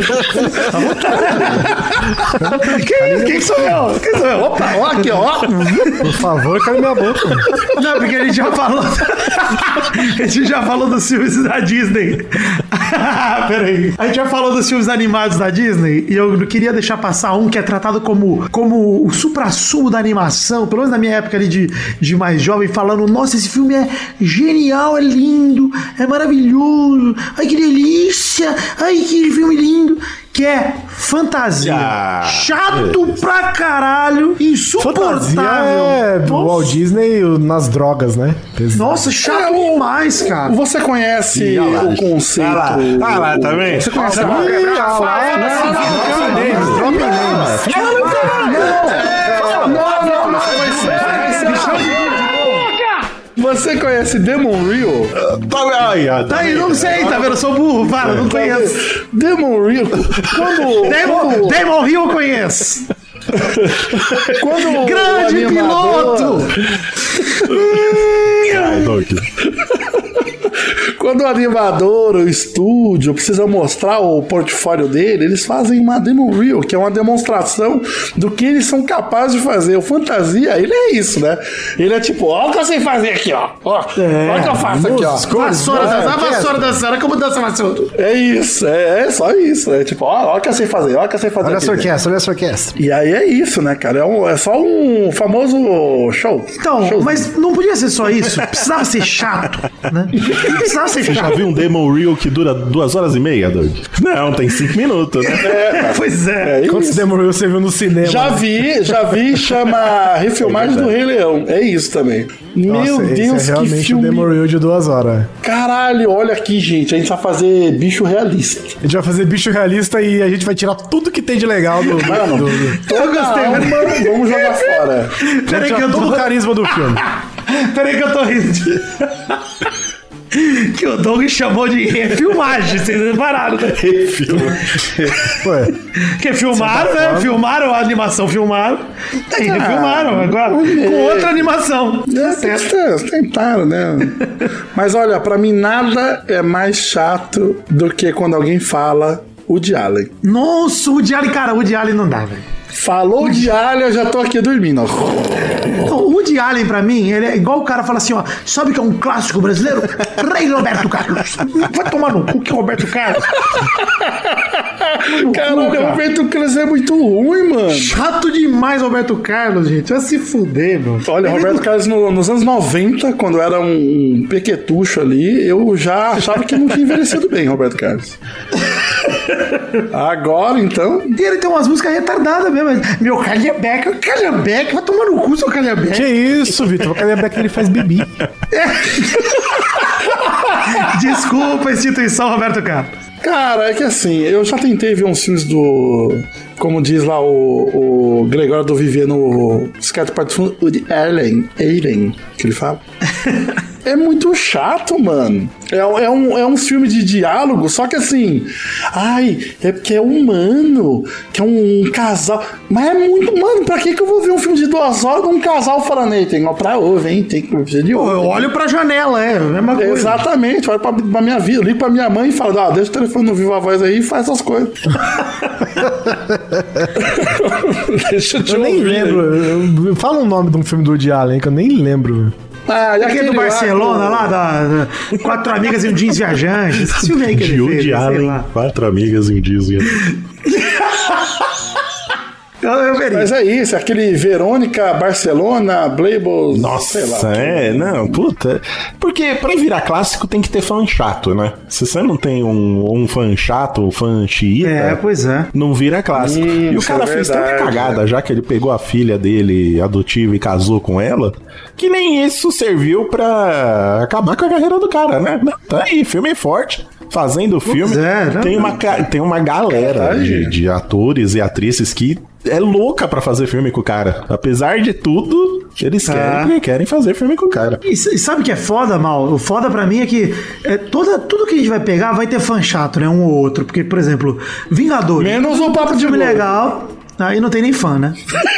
Tá
que isso? Quem sou eu? Quem sou eu? Opa!
Ó, aqui, ó.
<laughs> Por favor, cala minha boca. mano.
Não, porque a gente já falou.
<laughs>
a gente já falou dos filmes da Disney. <laughs> Peraí. A gente já falou dos filmes animados da Disney e eu não queria deixar passar um que é tratado como, como o supra-sumo da animação, pelo menos na minha época ali de, de mais jovem, falando: nossa, esse filme é genial, é lindo, é maravilhoso, ai que delícia, ai que filme lindo. Que é fantasia.
Ah,
Chato pra caralho, insuportável.
Fantasia é o Walt Disney o- nas drogas, né? Pesado.
Nossa, chato demais, cara.
É, Você conhece o conceito.
Ah lá, ah lá, tá vendo?
Você conhece
Ah
a
lá.
Ih, ah lá, é
não,
drop
é
names, drop names.
Você conhece Demon Real?
Tá aí, ó,
Tá aí, não sei, tá vendo? Eu sou burro, para, não conheço.
Demon Real. <laughs> Quando.
Damon, Damon Hill eu conheço.
quando o
Grande
animador-
piloto!
Ai, Doug.
Quando o animador, o estúdio, precisa mostrar o portfólio dele, eles fazem uma demo reel, que é uma demonstração do que eles são capazes de fazer. O Fantasia, ele é isso, né? Ele é tipo, ó o que eu sei fazer aqui, ó. Ó, ó o
É,
que eu faço aqui, ó.
Vassoura,
É,
dançar, vassoura dançando, como dança vassoura?
É isso, é, é só isso, né? Tipo, ó, ó o que eu sei fazer, ó o que eu sei fazer.
Olha
aqui,
essa orquestra, olha essa orquestra.
E aí é isso, né, cara? É, um- é só um famoso show.
Então,
Show.
mas não podia ser só isso. Precisava ser chato, né? Precisava fáceis,
Você já
cara.
viu um demo reel que dura duas horas e meia, Doug? Não, tem cinco minutos, né?
Pois é.
Quantos demorou você viu no cinema?
Já vi, já vi, chama Refilmagem do Rei Leão. É isso também.
Nossa,
Meu
esse
Deus,
é
que
realmente um
filme.
Demoril de duas horas.
Caralho, olha aqui, gente. A gente vai fazer bicho realista.
A gente vai fazer bicho realista e a gente vai tirar tudo que tem de legal do.
Mano,
do, do-
toda
gostei, né?
alma, vamos jogar fora.
Peraí que
tirar
eu
todo o
tô,
carisma do filme.
peraí que eu tô rindo. de- Que o Doug chamou de refilmagem, vocês repararam, né? <laughs>
Ué,
Porque filmaram,
tá
né? Filmaram a animação, filmaram. Aí
Ah.
refilmaram agora. Com Tá outra animação.
Vocês tentaram, né? Mas olha, pra mim nada é mais chato do que quando alguém fala o de Allen.
Nossa, o Woody Allen, cara, o Woody Allen não dá, velho.
Falou de Allen, eu já tô aqui dormindo.
Então, o Woody Allen, pra mim, ele é igual o cara fala assim, ó, sabe que é um clássico brasileiro? Rei Roberto Carlos. <laughs> Vai tomar no cu que é Roberto Carlos.
Caralho, o Roberto Carlos é muito ruim, mano.
Chato demais, Roberto Carlos, gente. Vai se fuder, meu.
Olha,
Ele
Roberto
não-
Carlos, no- nos anos 90, quando era um pequetucho ali, eu já achava que não tinha envelhecido bem, Roberto Carlos. Agora, então,
Ele tem umas músicas retardadas mesmo. Meu, Calhambeck, Calhambeck, vai tomar no cu, seu Calhambeck.
<laughs>
que isso, Vitor? Vou lembrar que ele faz bibi.
Desculpa, instituição, Roberto Carlos.
Cara, é que assim, eu já tentei ver uns filmes do. Como diz lá o, o Gregório do Vivier no Skate Part 1, o de Alien, Alien, que
<laughs>
ele fala. É muito chato, mano. É, um- é um, é um filme de diálogo, só que assim. Ai, é porque é humano, que é um casal. Mas é muito. Mano, pra que, que eu vou ver um filme de duas horas de um casal falando, ei, tem que comprar ovo, hein? Tem que precisa de
Pô,
ovo.
Eu olho pra janela, é a mesma coisa.
Exatamente, olha pra, pra minha vida, ligo pra minha mãe e falo, ah, deixa o telefone no Viva Voz aí e faz essas coisas. deixa eu te
Eu nem
ouvir.
lembro. eu- eu- Fala o nome de um filme do Woody Allen que eu nem lembro.
Ah, e
Aquele é do Barcelona lá, da, da- Quatro Amigas e um Jeans
<laughs>
Viajante. Esse filme aí que ele
De
fez,
Woody
sei
Allen,
lá.
quatro amigas e um Disney.
Eu, eu veria.
Mas é isso, aquele Verônica, Barcelona, Blables, sei lá.
Nossa, é, não, puta. Porque pra virar clássico tem que ter fã chato, né? Se você não tem um, um fã chato, um fã xiita,
É, pois é.
não vira clássico. e o
Isso,
cara
é
fez tanta
verdade,
cagada, já que ele pegou a filha dele adotiva e casou com ela, que nem isso serviu pra acabar com a carreira do cara, né? Não, Tá aí, filme forte. Fazendo filme,
é, não,
tem, uma, ca- tem uma galera
Verdade.
de, de atores e atrizes que é louca pra fazer filme com o cara. Apesar de tudo, eles querem
Ah.
porque querem fazer filme com o cara.
E s- e sabe o que é foda, Mal? O foda pra mim é que é, toda, tudo que a gente vai pegar vai ter fã chato, né? Um ou outro. Porque, por exemplo, Vingadores. Um
Menos o Papo de
filme
Gordo.
legal. Aí não tem nem fã, né?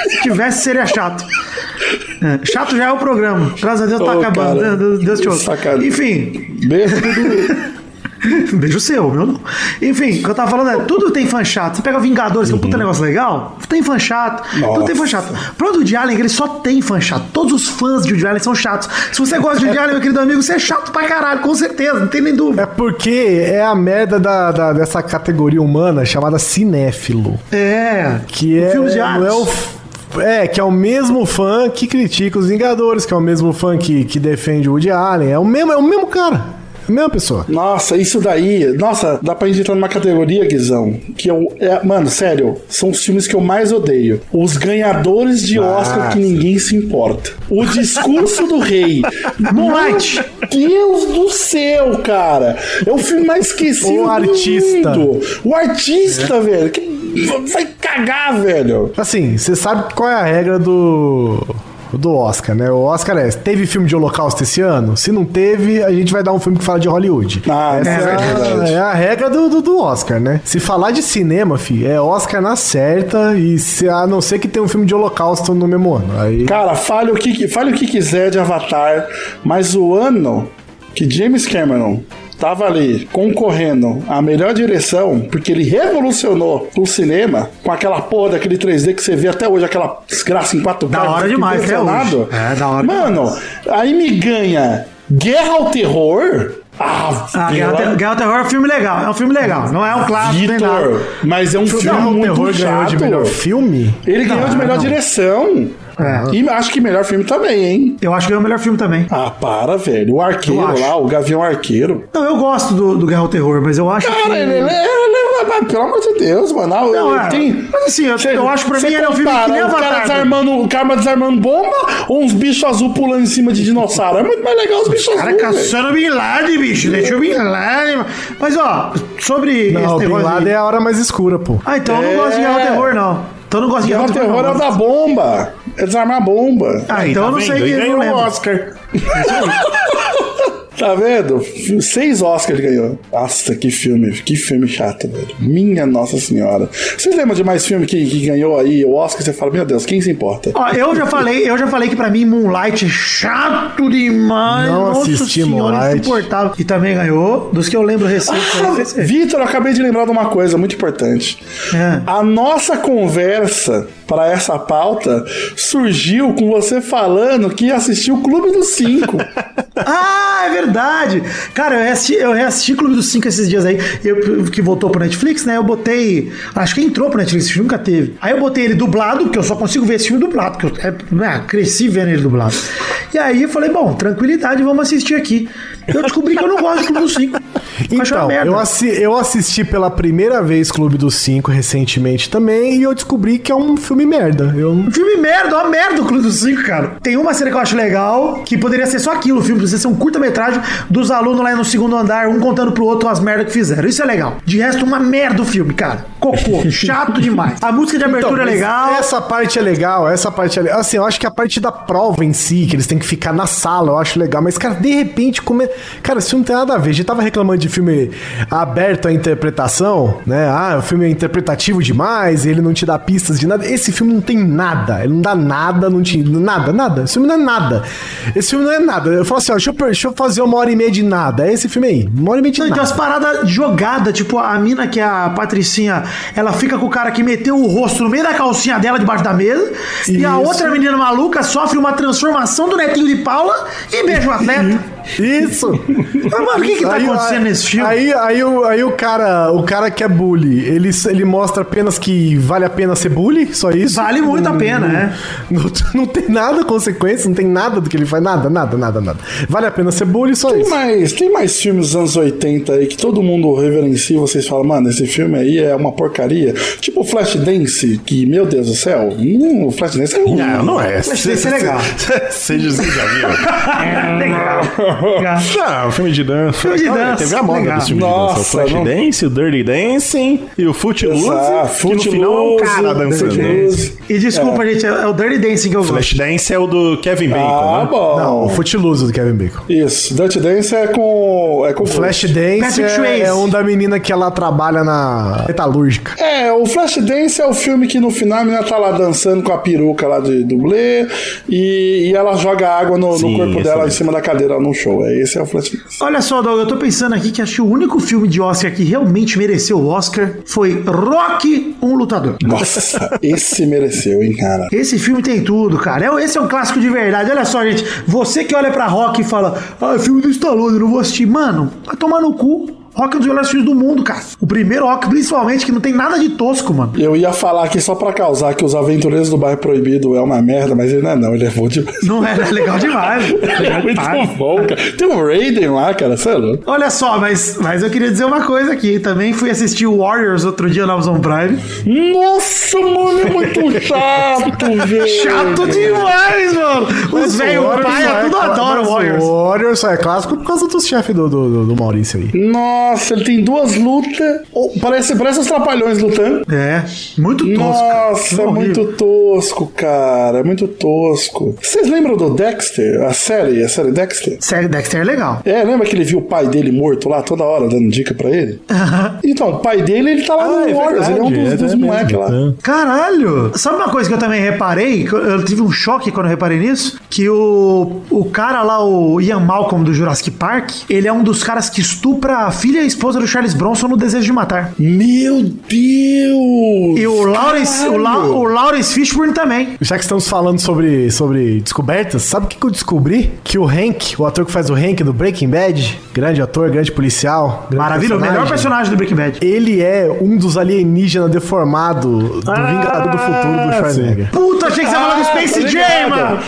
Se tivesse, seria chato. É, chato já é o programa. Graças a Deus tá
Ô,
acabando.
cara,
Deus- Deus te ouça.
sacanagem.
Enfim,
Beijo do-
<laughs> Beijo seu, meu não. Enfim, o que eu tava falando é, tudo tem fã chato. Você pega Vingadores, que é um
Uhum.
puta negócio legal, tem fã chato. Tudo tem fã chato. Pro Woody Allen, ele só tem fã chato. Todos os fãs de Woody Allen são chatos. Se você gosta de Woody Allen, meu querido amigo, você é chato pra caralho, com certeza, não tem nem
É
dúvida.
porque é a merda da, da- dessa categoria humana chamada cinéfilo.
É.
Que é,
Filmes de
não
arte.
é o f- é, que é o mesmo fã que critica os Vingadores, que é o mesmo fã que, que defende o Woody Allen. É o mesmo, é o mesmo cara. É a mesma pessoa.
Nossa, isso daí. Nossa, dá pra gente entrar numa categoria, Guizão. Que eu. é- mano, sério, são os filmes que eu mais odeio. Os ganhadores
Ah,
de Oscar que ninguém se importa. O discurso do
<laughs>
rei.
Moonlight.
Meu Deus do céu, cara. É o filme mais esquecido.
O
do
artista. É.
mundo. O artista, velho. Que vai cagar, velho.
Assim, você sabe qual é a regra do. Do Oscar, né? O Oscar é: teve filme de Holocausto esse ano? Se não teve, a gente vai dar um filme que fala de Hollywood.
Ah,
Essa
é
é, a,
verdade.
é a regra do, do, do Oscar, né? Se falar de cinema, fi, é Oscar na certa, e se, a não ser que tenha um filme de Holocausto no mesmo ano. Aí.
Cara, fale o que, fale o que quiser de Avatar, mas o ano que James Cameron tava ali concorrendo à melhor direção, porque ele revolucionou o cinema com aquela porra daquele 3D que você vê até hoje, aquela desgraça em 4K.
Da hora
que eu
demais, é
fiquei
até hoje.
impressionado.
É, da hora
Mano, aí me ganha Guerra ao Terror. Ah,
Ah,
eu-
Guerra ao Ter- Guerra ao Terror é um filme legal. É um filme legal. Não é um clássico, nem
Vitor,
nada.
mas é um filme
né, Não, o terror
muito
ganhou de
chato.
melhor filme?
Ele ganhou de melhor
não.
direção.
É.
E acho que melhor filme também, hein?
Eu acho que é o melhor filme também.
Ah, para, velho. O arqueiro
Eu acho.
lá, o Gavião Arqueiro.
Não, eu gosto do, do Guerra ao Terror, mas eu acho que...
Cara,
é
ele, ele, ele- ele- ele- pelo amor de Deus, mano. Ah,
Não, é.
tem-
Mas assim, eu, eu acho que pra
Você
mim ele é um filme que nem
compara o
né?
cara,
Avatar.
desarmando, o cara desarmando bomba ou uns bichos azul pulando em cima de dinossauro? É muito mais legal os bichos
Cara,
azul. velho.
caçando Bin Laden, bicho. Deixa o Bin Laden. mano. Mas, ó, sobre
Não, o Bin
de-
Laden é a hora mais escura, pô.
Ah, então eu não gosto de Guerra ao
É.
Terror, não. Então eu não gosto de
Guerra
Guerra
ao
ao
Terror é
não.
o da bomba. É desarmar a bomba.
Ah, então eu não sei
vendo?
quem
E
não
ganhou o
lembro.
Oscar.
Tá vendo? Seis Oscars ele ganhou. Nossa, que filme. Que filme chato, velho. Minha Nossa Senhora. Vocês lembram de mais filme que, que ganhou aí o Oscar? Você fala, meu Deus, quem se importa?
Ó, eu já falei, eu já falei que pra mim Moonlight é chato demais.
Não
Nossa
assisti
senhora, é
Moonlight.
insuportável. E também ganhou, dos que eu lembro recentes.
Ah,
é esse.
Vitor, eu acabei de lembrar de uma coisa muito importante.
É.
A nossa conversa para essa pauta surgiu com você falando que assistiu o Clube dos
<laughs>
Cinco.
Ah, é verdade! Cara, eu reassisti, eu reassisti Clube dos Cinco esses dias aí, eu- que voltou pro Netflix, né? Eu botei. Acho que entrou pro Netflix, esse filme nunca teve. Aí eu botei ele dublado, porque eu só consigo ver esse filme dublado, porque eu é, né, cresci vendo ele dublado. E aí eu falei, bom, tranquilidade, vamos assistir aqui. Eu descobri que eu não gosto do Clube dos Cinco. Eu achei uma
Então,
merda.
eu, assi- eu assisti pela primeira vez Clube dos Cinco recentemente também e eu descobri que é um filme merda. Eu...
Filme merda, ó, merda o Clube dos Cinco, cara. Tem uma cena que eu acho legal, que poderia ser só aquilo, o filme precisa ser um curta-metragem dos alunos lá no segundo andar, um contando pro outro as merdas que fizeram. Isso é legal. De resto, uma merda o filme, cara.
<laughs>
Cocô, chato demais. A música de abertura
Então,
é
Mas
legal.
Essa parte é legal, essa parte é legal. Assim, eu acho que a parte da prova em si, que eles têm que ficar na sala, eu acho legal. Mas, cara, de repente, come... cara, isso não tem nada a ver. A gente tava reclamando de filme aberto à interpretação, né? Ah, o filme é interpretativo demais, ele não te dá pistas de nada. Esse filme não tem nada. Ele não dá nada, não te. Nada, nada. Esse filme não é nada. Esse filme não é nada. Eu falo assim, ó, deixa eu, per- deixa eu fazer uma hora e meia de nada. É esse filme aí. Uma hora e meia de
Não,
nada.
tem umas paradas jogadas, tipo a mina que é a Patricinha, ela fica com o cara que meteu o rosto no meio da calcinha dela debaixo da mesa, e a
Isso.
outra menina maluca sofre uma transformação do netinho de Paula e beija o atleta.
<laughs>
<laughs>
Isso!
Mas, mano, o que que tá
Aí,
acontecendo nesse filme?
Aí, aí, o, aí o cara, o cara que é bully, ele, ele mostra apenas que vale a pena ser bully, só isso.
Vale muito a pena, é.
Não, <laughs> não tem nada consequência, não tem nada do que ele faz, nada, nada, nada, nada. Vale a pena ser bully, só
Tem
isso.
mais, tem mais filmes dos anos 80 aí que todo mundo reverencia e vocês falam, mano, esse filme aí é uma porcaria. Tipo o Flashdance, que, meu Deus do céu, hum, o Flashdance é ruim.
Não, não é.
Mas tem que ser legal.
Você já
<laughs>
viu?
Legal. Legal.
Não, o filme de dança.
Filme de dança,
Teve a moda
legal.
desse filme
Nossa,
de dança. O Flash
não-
Dance, o Dirty Dancing e o Footloose.
Exato,
que no final é um cara
Footloose,
dançando.
Footloose.
E desculpa, gente, é o Dirty Dancing que eu gosto.
Flash Dance é o do Kevin Bacon,
Ah,
né?
bom.
Não,
Oh.
o Footloose do Kevin Bacon.
Isso, Dirty Dance é com. É com
Flash Dance
Patrick
é,
Swayze.
é um da menina que ela trabalha na metalúrgica.
É, o Flashdance é o filme que no final a menina tá lá dançando com a peruca lá de dublê e, e ela joga água no, no
Sim,
corpo
esse
dela em
mesmo.
cima da cadeira num show. É, esse é o Flashdance.
Olha só, Doug, eu tô pensando aqui que acho que o único filme de Oscar que realmente mereceu o Oscar foi Rock, um lutador.
Nossa, <laughs> esse mereceu, hein, cara.
Esse filme tem tudo, cara. É- Esse é um clássico de verdade. Olha só, gente. Você que olha pra Rock e fala, ah, é filme do Stallone, eu não vou assistir. Mano, vai tomar no cu. Rock é um dos melhores filmes do mundo, cara. O primeiro Rock, principalmente, que não tem nada de tosco, mano.
Eu ia falar aqui só pra causar que os Aventureiros do Bairro Proibido é uma merda, mas ele não é não, ele é bom demais. <laughs>
Não é é legal demais.
Ele é muito bom, cara. Tem um Raiden lá, cara, sei lá.
Olha só, mas, mas eu queria dizer uma coisa aqui. Também fui assistir o Warriors outro dia na Amazon Prime.
Nossa, mano, é <laughs> muito chato, velho.
Chato demais, mano! Os velhos
é
paia tudo adoram o Warriors.
é O Warriors só é clássico por causa dos chefes do, do, do- do Maurício aí.
Nossa, ele tem duas lutas. Oh, Parece, parece os trapalhões lutando.
É, muito tosco.
Nossa, é
Horrível.
muito tosco, cara. É muito tosco. Vocês lembram do Dexter? A série, a série Dexter?
Sério, Dexter é legal.
É, lembra que ele viu o pai dele morto lá toda hora, dando dica pra ele? Então, o pai dele, ele
Ah,
tá lá no Warriors, ele é um dos, dos moleques
é.
lá.
Caralho! Sabe uma coisa que eu também reparei? Que Eu eu tive um choque quando eu reparei nisso? Que o, o cara lá, o Ian Malcolm do Jurassic Park, ele é um dos caras que estupra a filha filha e esposa do Charles Bronson no Desejo de Matar.
Meu Deus!
E o Lawrence, o, La,
Caralho!
o Lawrence Fishburne também.
Já que estamos falando sobre, sobre descobertas, sabe o que, que eu descobri? Que o Hank, o ator que faz o Hank do Breaking Bad, grande ator, grande policial, grande
Maravilha, o melhor personagem Ah, do Breaking Bad.
Ele é um dos alienígenas deformado do Vingador do Futuro do Schwarzenegger.
Puta, achei que você ia falar do
Ah, tô
Space Jam,
ligado.
mano.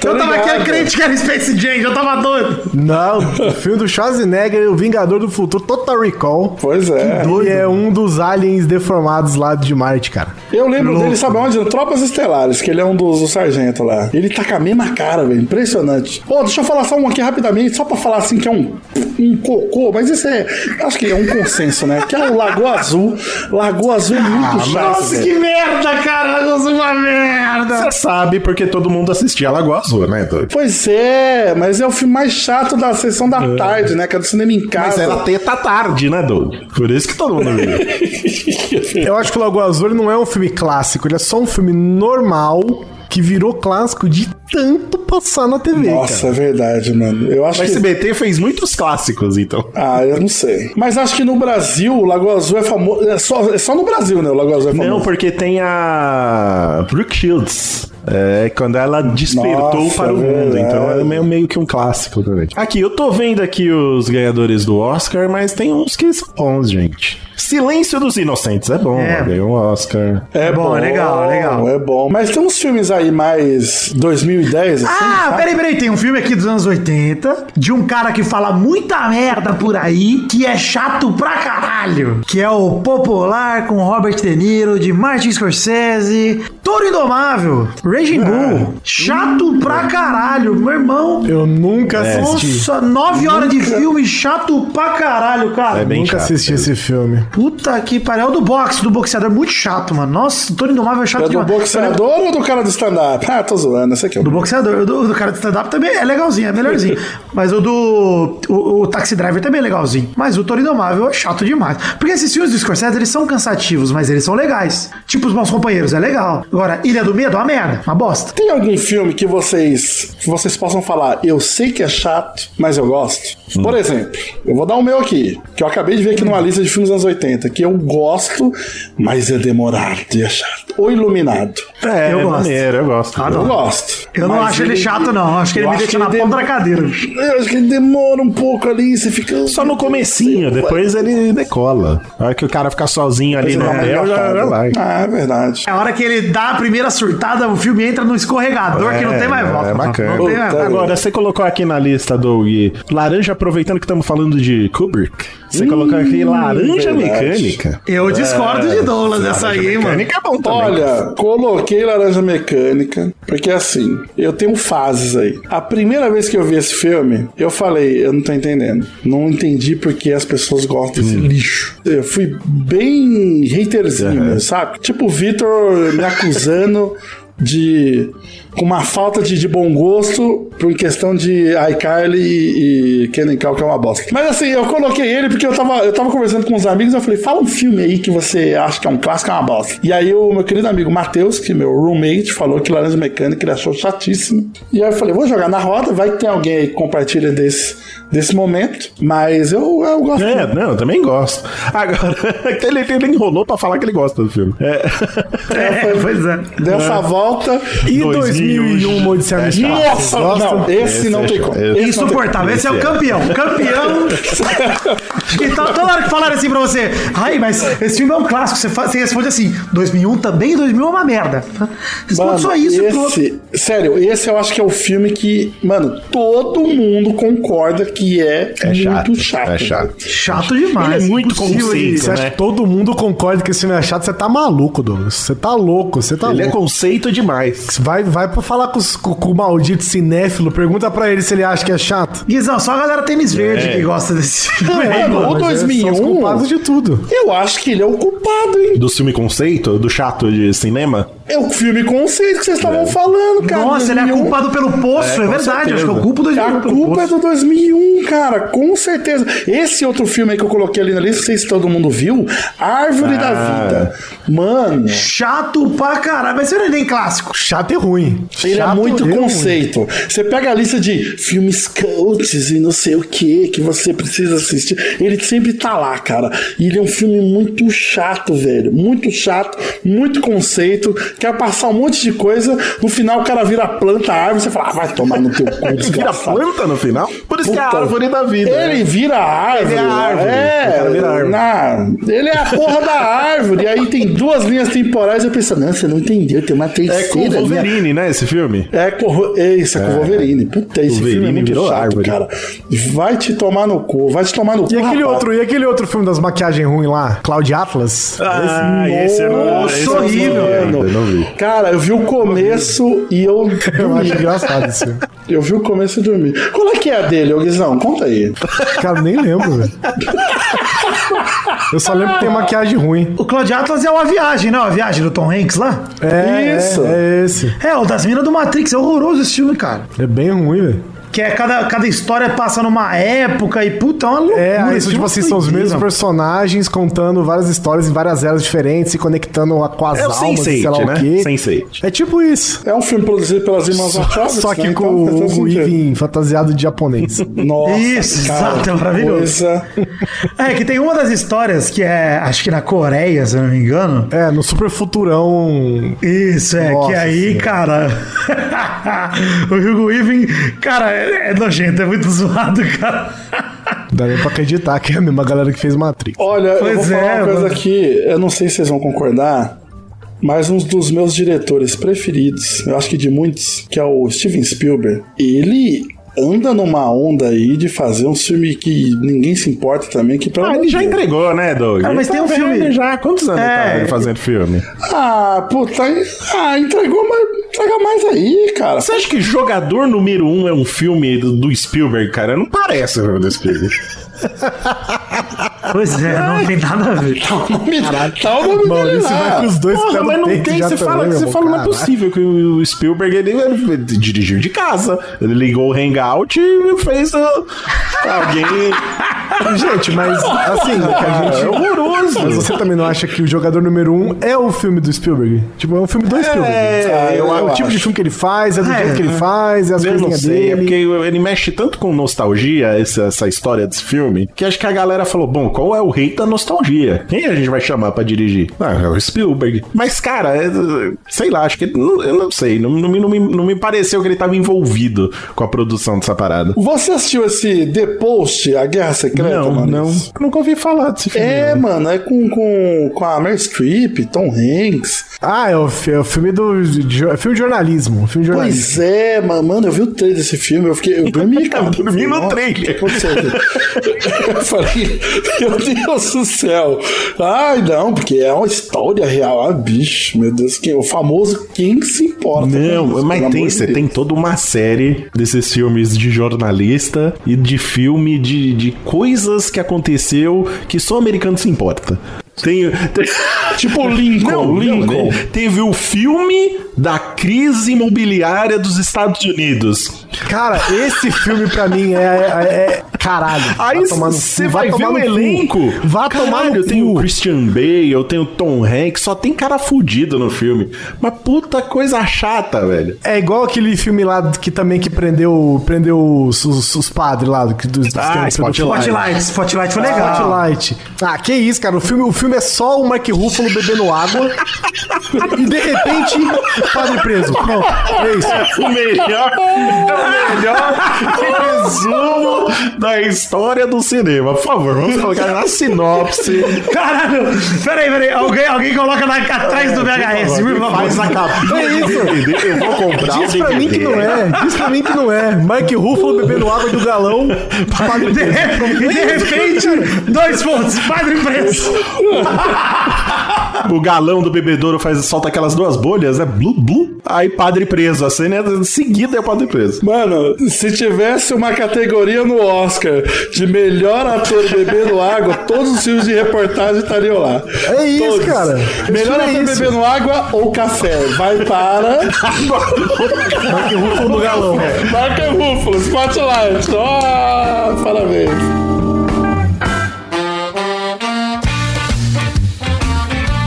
Tô
Eu tava
ligado.
aqui crente que era Space Jam, eu tava doido.
Não, o filme do Schwarzenegger, o Vingador do Futuro, Total Recall.
Pois é.
Ele é um dos aliens deformados lá de Marte, cara.
Eu lembro dele, sabe onde? No Tropas Estelares, que ele é um dos, dos sargentos lá. Ele tá com a mesma cara, velho. Impressionante. Ô, deixa eu falar só um aqui rapidamente, só pra falar assim que é um, um cocô, mas isso é. Acho que é um consenso, né? Que é o Lagoa Azul. Lagoa
Ah,
Azul é muito chato.
Nossa,
velho.
que merda, cara. Eu sou uma merda.
Você sabe porque todo mundo assistia Lagoa Azul, né? doido?
Pois é, mas é o filme mais chato da sessão da tarde, né? Que é do cinema em casa.
Mas era teta tarde, né, Doug? Por isso que todo mundo viu.
<laughs> Eu acho que o Lago Azul ele não é um filme clássico, ele é só um filme normal que virou clássico de tanto passar na TV, cara.
Nossa, é verdade, mano. Eu acho
O
que.
SBT fez muitos clássicos, então.
Ah, eu não sei. Mas acho que no Brasil o Lagoa Azul é famoso. É só, é só no Brasil, né? O Lagoa Azul é famoso.
Não, porque tem a Brooke Shields. É, quando ela despertou
Nossa,
para o mundo.
verdade.
Então é meio, meio que um clássico também. Aqui, eu tô vendo aqui os ganhadores do Oscar, mas tem uns que são bons, gente. Silêncio dos Inocentes é bom,
É.
ganhou um Oscar.
É
bom, é legal, é legal.
É bom. Mas tem uns filmes aí mais 2010, assim.
Ah, peraí, peraí, tem um filme aqui dos anos 80 de um cara que fala muita merda por aí, que é chato pra caralho. Que é o Popular com Robert De Niro, de Martin Scorsese, Touro Indomável, Raging Bull. Chato pra caralho, meu irmão.
Eu nunca
É,
assisti.
Nossa, nove horas de filme chato pra caralho, cara.
É bem
nunca
chato,
assisti
é.
esse filme.
Puta que pariu. É o do boxe, do boxeador, muito chato, mano. Nossa, o Touro Indomável é chato
É do
demais.
boxeador ou do cara do stand-up? Ah, tô zoando, esse aqui. é o-
Do boxeador, o do, do cara de stand-up também é legalzinho, é
<laughs>
melhorzinho. Mas o do. O, o Taxi Driver também é legalzinho. Mas o Toro Indomável é chato demais. Porque esses filmes do Scorsese, eles são cansativos, mas eles são legais. Tipo, Os Bons Companheiros é legal. Agora, Ilha do Medo é uma merda, uma bosta.
Tem algum filme que vocês que vocês possam falar, eu sei que é chato, mas eu gosto? Por exemplo, eu vou dar o meu aqui, que eu acabei de ver aqui numa lista de filmes dos anos 80, que eu gosto, mas é demorado e é chato. O Iluminado.
É,
Eu
é
gosto.
maneiro, eu gosto.
Eu
Adoro.
gosto.
Ah. Eu não
Mas
acho ele, chato, não. Acho que ele
eu
me
acho
deixa
que
na
ele
ponta da
dem-
cadeira.
Eu acho que ele demora um pouco ali, você fica.
Só no comecinho, depois ele decola. A hora que o cara fica sozinho ali
É,
né? no hotel, já, já vai.
Ah, é verdade.
É a hora que ele dá a primeira surtada, o filme entra no escorregador que não tem mais
é,
volta.
É
mano.
bacana.
Não tem mais volta.
Agora, você colocou aqui na lista, Doug, laranja, aproveitando que estamos falando de Kubrick, você colocou aqui laranja
verdade.
mecânica.
Eu discordo
É,
de Douglas dessa aí, mano.
Mecânica é bom também.
Olha, coloquei laranja mecânica, porque assim, eu tenho fases aí. A primeira vez que eu vi esse filme, eu falei, eu não tô entendendo. Não entendi porque as pessoas gostam desse lixo. Eu fui bem haterzinho, sabe? Tipo o Vitor me acusando de. com uma falta de, de bom gosto por questão de iCarly e, e Kenan Cal, que é uma bosta. Mas assim, eu coloquei ele porque eu tava, eu tava conversando com uns amigos eu falei, fala um filme aí que você acha que é um clássico, é uma bosta. E aí o meu querido amigo Matheus, que é meu roommate, falou que Laranja Mecânica ele achou chatíssimo. E aí eu falei, vou jogar na roda, vai que tem alguém aí que compartilha desse, desse momento, mas eu, eu gosto.
É, não, eu também gosto. Agora, <laughs> ele, ele enrolou pra falar que ele gosta do filme. É.
né?
É, pois é.
Dessa volta.
E
2001,
2001, Uma Odisseia no Espaço.
Nossa, não, esse não tem como.
esse é
Esse não tem como.
Insuportável, esse é o campeão.
<laughs>
Campeão. então, toda hora que falaram assim pra você, ai, mas esse filme é um clássico, você, fa- você responde assim: 2001 também, 2001 é uma merda. Responde só isso e pronto.
esse, sério, esse eu acho que é o filme que, mano, todo mundo concorda que é, muito chato.
É chato.
Chato demais.
Ele é muito
impossível
conceito,
isso.
Você acha
né?
que todo mundo concorda que esse filme é chato? Você tá maluco, Douglas. Você tá louco, você tá
Ele é
louco.
conceito demais.
Vai, vai pra falar com, os- com- com o maldito cinéfilo, pergunta pra ele se ele acha que é chato.
Guizão, só a galera tênis verde
É.
que gosta desse filme. aí,
Mano,
mano.
o
Mas é, são os
2001,
culpados de tudo.
eu acho que ele é o culpado, hein?
Do filme conceito, do chato de cinema. É.
É o filme conceito que vocês estavam falando, cara.
Nossa, ele é
2001.
culpado pelo poço, é, verdade. Acho que eu culpo do
A
Diego um, pelo
culpa é
poço.
do 2001, cara, com certeza. Esse outro filme aí que eu coloquei ali na lista, não sei se todo mundo viu, Árvore da Vida. Mano,
Chato pra caralho. Mas ele é nem clássico.
Chato e ruim.
ele é
Chato
muito
e ruim.
conceito. Você pega a lista de filmes cults e não sei o que que você precisa assistir, ele sempre tá lá, cara. E ele é um filme muito chato, velho. Muito chato, muito conceito, quer passar um monte de coisa, no final o cara vira planta, árvore, você fala, ah, vai tomar no teu cu,
Vira
desgraçado.
planta no final? Por isso que é
Puta.
a árvore da vida. né?
Ele vira árvore.
Ele é árvore.
É,
O cara vira árvore.
na- ele é a porra da árvore. E aí tem duas linhas temporais. Eu penso, não, você não entendeu, tem uma terceira.
É com o
linha.
Wolverine, né, esse filme?
É, com, é isso, é com o Wolverine. Puta, esse filme é
Wolverine
muito
virou
chato,
árvore.
cara. Vai te tomar no cu, vai te tomar no cu.
E aquele,
rapaz.
outro, e aquele outro filme das maquiagens ruins lá? Cloud Atlas?
Ah, esse eu não- esse eu não vi
é horrível,
ainda,
mano.
não vi.
Cara, eu vi o começo e eu
Eu acho
dormi.
engraçado esse filme.
Eu vi o começo e dormi. Qual é que é a dele, ô Guizão? Conta aí.
Cara, nem lembro, velho. Eu só lembro que tem maquiagem ruim.
O Cloud Atlas é uma viagem, não? A viagem do Tom Hanks lá?
É,
Isso.
Isso. É, é esse.
É, o das minas do Matrix. É horroroso esse filme, cara.
É bem ruim, velho.
Que é cada, cada história passa numa época e puta, é uma loucura.
É, aí,
esse
tipo
filme
assim, são os
doideira.
mesmos personagens contando várias histórias em várias eras diferentes, se conectando a- com as
É o
almas,
Sense8,
sei lá o
né?
quê.
Sense8.
É tipo isso.
É um filme produzido pelas irmãs Wachowski,
Só que
né?
com
Então, faz
o
todo
Hugo
sentido.
Weaving fantasiado de
<laughs>
japonês.
Nossa,
Isso, exato, é maravilhoso.
Coisa...
É, que tem uma das histórias que é, acho que na Coreia, se eu não me engano.
é, no super futurão.
Isso, é,
Nossa
que aí, cara. <laughs> o Hugo Weaving, cara, é, é nojento, é muito zoado, cara.
Dá nem pra acreditar que é a mesma galera que fez Matrix.
Olha, eu vou
Pois
falar
é,
uma coisa
mano.
aqui, eu não sei se vocês vão concordar, mas um dos meus diretores preferidos, eu acho que de muitos, que é o Steven Spielberg, ele anda numa onda aí de fazer um filme que ninguém se importa também, que pelo
Ah,
amor
ele
de
já
Deus.
entregou, né, Doug?
Cara, mas
Ele
tem
tá
um filme-
velho já. Quantos anos
É.
ele tá velho fazendo filme?
Ah, puta, ah, entregou, mas entrega mais aí, cara.
Você acha que Jogador Número 1 é um filme do, do Spielberg, cara? Não parece o filme do Spielberg.
Pois é, não tem nada a ver.
Então,
Tá o nome dele
Maurício
lá.
vai com os dois
Porra,
pelo
mas não
peito
tem.
já
Você
também,
fala,
meu
você
irmão,
fala não é
caralho.
possível que o Spielberg ele, ele dirigiu de casa. Ele ligou o Hangout e fez uh, alguém.
Gente,
<laughs>
mas assim, que a gente...
Ah, é horroroso.
Mas você também não acha que o jogador número um é o filme do Spielberg? Tipo, é um filme do Spielberg.
é, eu
é o tipo
acho.
de filme que ele faz, é do
É,
jeito que ele faz, é as
Eu não
coisinhas
sei, é
dele.
porque ele mexe tanto com nostalgia, essa, essa história desse filme, que acho que a galera falou: bom, qual é o rei da nostalgia? Quem a gente vai chamar pra dirigir? Ah, é o Spielberg. Mas, cara, é, sei lá, acho que. ele não- Eu não sei, não, não me- não me, não me pareceu que ele tava envolvido com a produção dessa parada.
Você assistiu esse The Post, A Guerra Secreta?
Não,
Maurício?
não. Nunca ouvi falar desse filme.
É, mano, é com, com, com a Mary Streep, Tom Hanks.
Ah, é o, fi- é o filme do. de- é filme de jornalismo. Filme de jornalismo.
Pois é, mano, mano, eu vi o trailer desse filme, eu fiquei. Eu dormi, cara.
Então tá, Eu dormi no
Nossa,
trailer.
com certeza. <laughs> Eu falei, meu Deus do céu. Ai, não, porque é uma história real. Ah, bicho, meu Deus, que, o famoso quem se importa.
Não,
Meu Deus,
mas
pelo
tem,
amor de
você
Deus.
tem toda uma série desses filmes de jornalista e de filme de, de coisas que aconteceu que só americano se importa. Tem,
<laughs>
tem-
Tipo Lincoln,
Não,
Lincoln.
não, né? Teve o filme da crise imobiliária dos Estados Unidos.
Cara, esse filme pra mim é. é- é- caralho.
Aí
Vai tomar no cu,
você
vai
vai,
tomar
ver o
no cu.
elenco.
Vai tomar no
Eu tenho o
cu.
Christian Bale, eu tenho o Tom Hanks, só tem cara fudido no filme. Mas puta coisa chata, velho.
É igual aquele filme lá que também que prendeu, prendeu os, os- os padres lá do- dos, dos
Ah,
esquemas
Spotlight.
pedofílicos.
Spotlight, Spotlight foi legal.
Spotlight. Ah, que isso, cara. O filme, o filme é só o Mark Ruffalo bebendo água. e de repente, o padre preso. Pronto. É isso.
O melhor, <laughs> É o melhor resumo da história do cinema. Por favor, vamos colocar na sinopse.
Caralho, peraí, peraí. Alguém, alguém coloca na- atrás do VHS, É, por favor.
Faz a capinha
É
do
isso.
DVD, eu vou comprar
Diz
o
pra mim que não
DVD.
é. Diz pra mim que não é. Mark Ruffalo bebendo água do galão. Padre
De,
preso.
e de repente, dois pontos, padre preso.
O galão do bebedouro faz, solta aquelas duas bolhas, né? Blu, blu. Aí padre preso. A cena é- em seguida é o padre preso.
Mano, se tivesse uma categoria no Oscar de melhor ator bebendo água, todos os filmes de reportagem estariam lá.
É isso,
Todos.
cara.
Melhor
Isso é
ator
isso.
bebendo água ou café? Vai para.
Que rufa
é
no galão.
Marca Ruffalo, Spotlight. Ó, parabéns.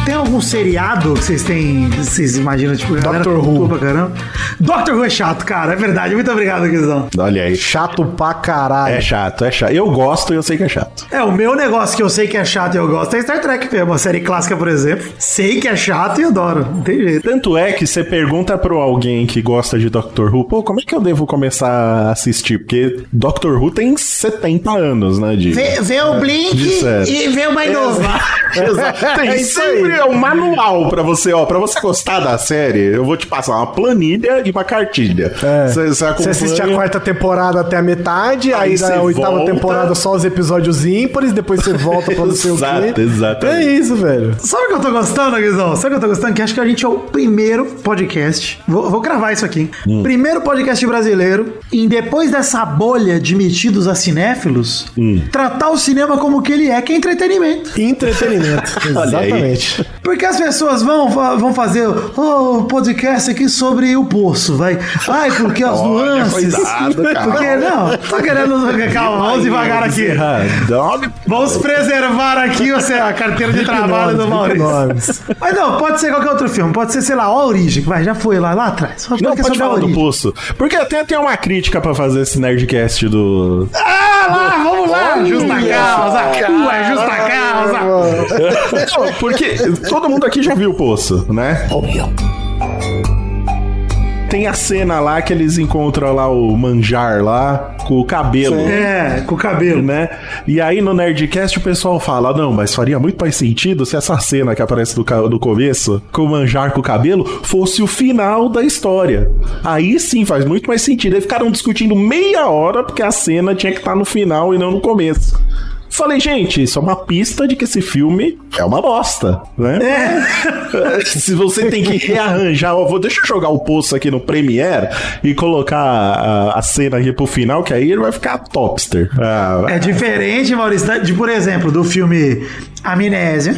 Tem algum seriado que vocês têm. que Vocês imaginam, tipo, a galera
Doctor Who.
cultua Pra caramba? Doctor Who é chato, cara. É verdade. Muito obrigado, Guizão.
Olha aí.
Chato pra caralho.
É chato, é chato. Eu gosto e eu sei que é chato.
É, o meu negócio que eu sei que é chato e eu gosto é Star Trek mesmo, a série clássica, por exemplo. Sei que é chato e adoro. Não tem jeito.
Tanto é que você pergunta pra alguém que gosta de Doctor Who, pô, como é que eu devo começar a assistir? Porque Doctor Who tem 70 anos, né, de...
Vê, vê o Blink
Disseram.
e vê o mais novo.
<laughs> Exato. Tem
É isso aí.
sempre um manual pra você, ó. Pra você gostar da série, eu vou te passar uma planilha e uma cartilha.
É.
Você você
Você
acompanha.
assiste a quarta temporada até a metade, aí,
Aí
da
você
oitava
volta.
temporada só os episódios ímpares, depois você volta pra não sei o quê.
Exato,
É
exatamente.
isso, velho.
Sabe o que eu tô gostando, Guizão? Sabe o que eu tô gostando? Que acho que a gente é o primeiro podcast. Vou, vou gravar isso aqui. Primeiro podcast brasileiro em depois dessa bolha de metidos a cinéfilos, tratar o cinema como que ele é, que é entretenimento.
Entretenimento.
<laughs> Olha aí.
Exatamente.
Porque as pessoas vão, vão fazer "Oh, o podcast aqui sobre o poço, vai. Ai, porque as
Olha,
nuances.
cuidado, calma.
<laughs> porque não, tô querendo. Calma, vamos devagar aqui.
Errado.
Vamos preservar aqui você, a carteira de trabalho
nomes,
do
big nomes.
Maurício. Mas não, pode ser qualquer outro filme. Pode ser, sei lá, a origem, que vai, já foi lá, lá atrás. Só
Não,
porque
pode
é sobre a
falar do
origem.
poço. Porque até tem uma crítica pra fazer esse Nerdcast do.
Ah, lá, vamos lá. Justa causa. Ué, é justa causa.
É,
Não, Porque todo mundo aqui já viu o poço, né? Tem a cena lá que eles encontram lá o manjar lá com o cabelo.
É, com o cabelo.
né? E aí no Nerdcast o pessoal fala: não, mas faria muito mais sentido se essa cena que aparece do, ca- do começo, com o manjar com o cabelo, fosse o final da história. Aí sim faz muito mais sentido. Aí ficaram discutindo meia hora porque a cena tinha que estar no final e não no começo. Falei, gente, isso é uma pista de que esse filme é uma bosta,
É,
né? Se você tem que rearranjar, ó, vou, deixa eu jogar o poço aqui no Premiere e colocar a, a cena aqui pro final, que aí ele vai ficar topster. Ah, <laughs>
É diferente, Maurício, da- de, por exemplo, do filme Amnésia,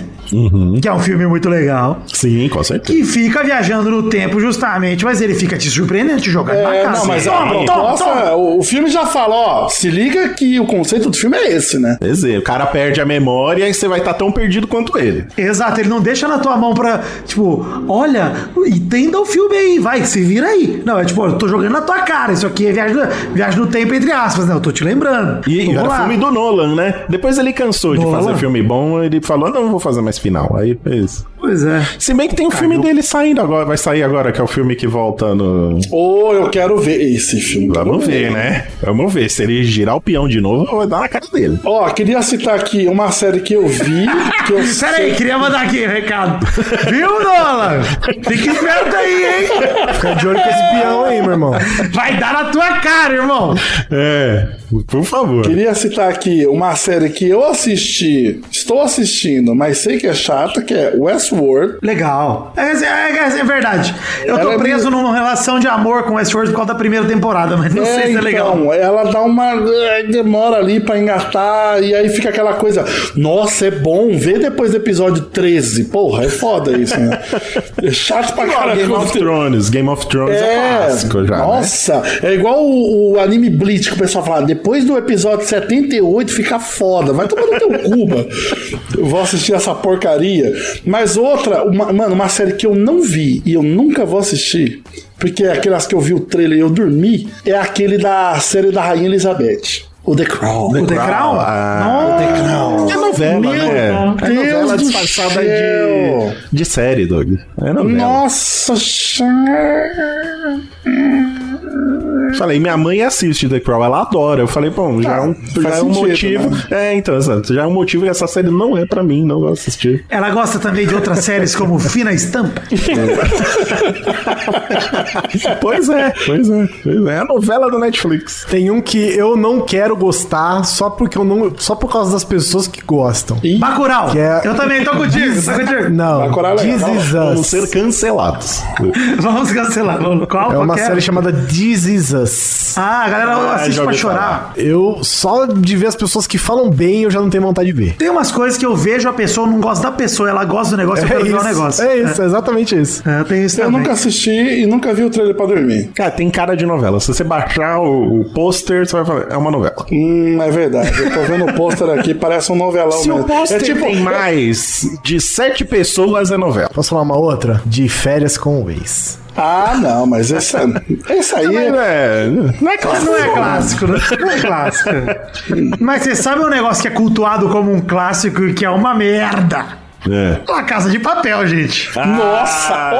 que é um filme muito legal,
Sim, com certeza.
que fica viajando no tempo justamente, mas ele fica te surpreendendo, te jogando na
É,
casa.
não, mas a
toma, toma, toma.
proposta, É, o, o filme já fala, ó, se liga que o conceito do filme é esse, né?
Quer dizer, o cara perde a memória e você vai estar tão perdido quanto ele.
Exato, ele não deixa na tua mão pra, tipo, olha, entenda o filme aí, vai, se vira aí. Não, é tipo, eu tô jogando na tua cara, isso aqui é viagem, no- viagem no tempo, entre aspas, né? Eu tô te lembrando.
E e
Vamos
era
lá.
filme do Nolan, né? Depois ele cansou de
Nolan?
fazer filme bom, ele falou, não, não vou fazer mais final. Aí fez.
Pois é.
Se bem que tem um filme dele saindo agora, vai sair agora, que é o filme que volta no.
Ou eu quero ver esse filme.
Vamos ver,
É?
né? Vamos ver. Se ele girar o peão de novo, vai dar na cara dele.
Ó, queria citar aqui uma série que eu vi, que eu
Pera aí, queria mandar aqui um <laughs> recado. Viu, Nolan? Fique esperto aí, hein?
Fica de olho com esse peão aí, meu irmão.
Vai dar na tua cara, irmão.
É, por favor.
Queria citar aqui uma série que eu assisti, estou assistindo, mas sei que é chata, que é Westworld.
Legal. É, é, é- é verdade. Eu
Ela
tô
é
preso numa relação de amor com Westworld por causa da primeira temporada, mas não sei se é legal.
então, ela dá uma eh, demora ali pra engatar e aí fica aquela coisa, nossa, é bom, vê depois do episódio 13. Porra, é foda isso,
<laughs>
né? É chato pra
Agora,
caralho.
Game of Thrones. Game of Thrones é, clássico já. né?
Nossa, é igual o, o anime Bleach que o pessoal fala, depois do episódio 78 fica foda, vai tomar no teu cuba. Eu vou assistir essa porcaria. Mas outra, uma- mano, uma série que eu não vi e eu nunca vou assistir, porque é aquelas que eu vi o trailer e eu dormi, é aquele da série da Rainha Elizabeth. O The Crown.
O The Crown?
Ah,
Nossa.
É novela,
Meu
né? é
Deus
novela
do
disfarçada
céu.
de, de série, Doug. É novela.
Nossa, xa-
Falei, minha mãe assiste The Crown, ela adora. Eu falei, bom, já é um,
faz
já é um
sentido,
motivo.
né?
É, então, exato. Já é um motivo que essa série não é pra mim, não vou assistir.
Ela gosta também de <laughs> outras séries como Fina Estampa.
pois é, pois é, pois é. É a novela do Netflix.
Tem um que eu não quero gostar só porque eu não. Só por causa das pessoas que gostam.
Bacurau.
Que é-
Eu também tô <laughs> contigo, tô contigo.
Não,
Bacurau é
This
legal.
Is
Vão
Us.
ser cancelados.
Vamos cancelar. Vamos- Qual?
É uma
tá
Qual que
série chamada This Is Us.
Ah, a galera
Ah,
assiste
já
pra
ouvi
chorar.
falar.
Eu só de ver as pessoas que falam bem, eu já não tenho vontade de ver.
Tem umas coisas que eu vejo a pessoa, eu não gosto da pessoa, ela gosta do negócio, eu quero ver o negócio.
é isso, é exatamente isso.
É, tem isso
Eu
também.
nunca assisti e nunca vi o trailer pra dormir.
Cara, tem cara de novela. Se você baixar o, o pôster, você vai falar, é uma novela.
Hum, é verdade. Eu tô vendo o pôster aqui, parece um novelão
Se
mesmo.
o pôster
é tipo,
tem mais de sete pessoas, é novela.
Posso falar uma outra? De férias com o ex.
Ah, não, mas essa, essa É aí.
Mas, é,
Não é clássico. Não é clássico, né? Não
<laughs>
é clássico. Mas você sabe um negócio que é cultuado como um clássico e que é uma merda?
é.
La Casa de Papel, gente.
Nossa!
Ah,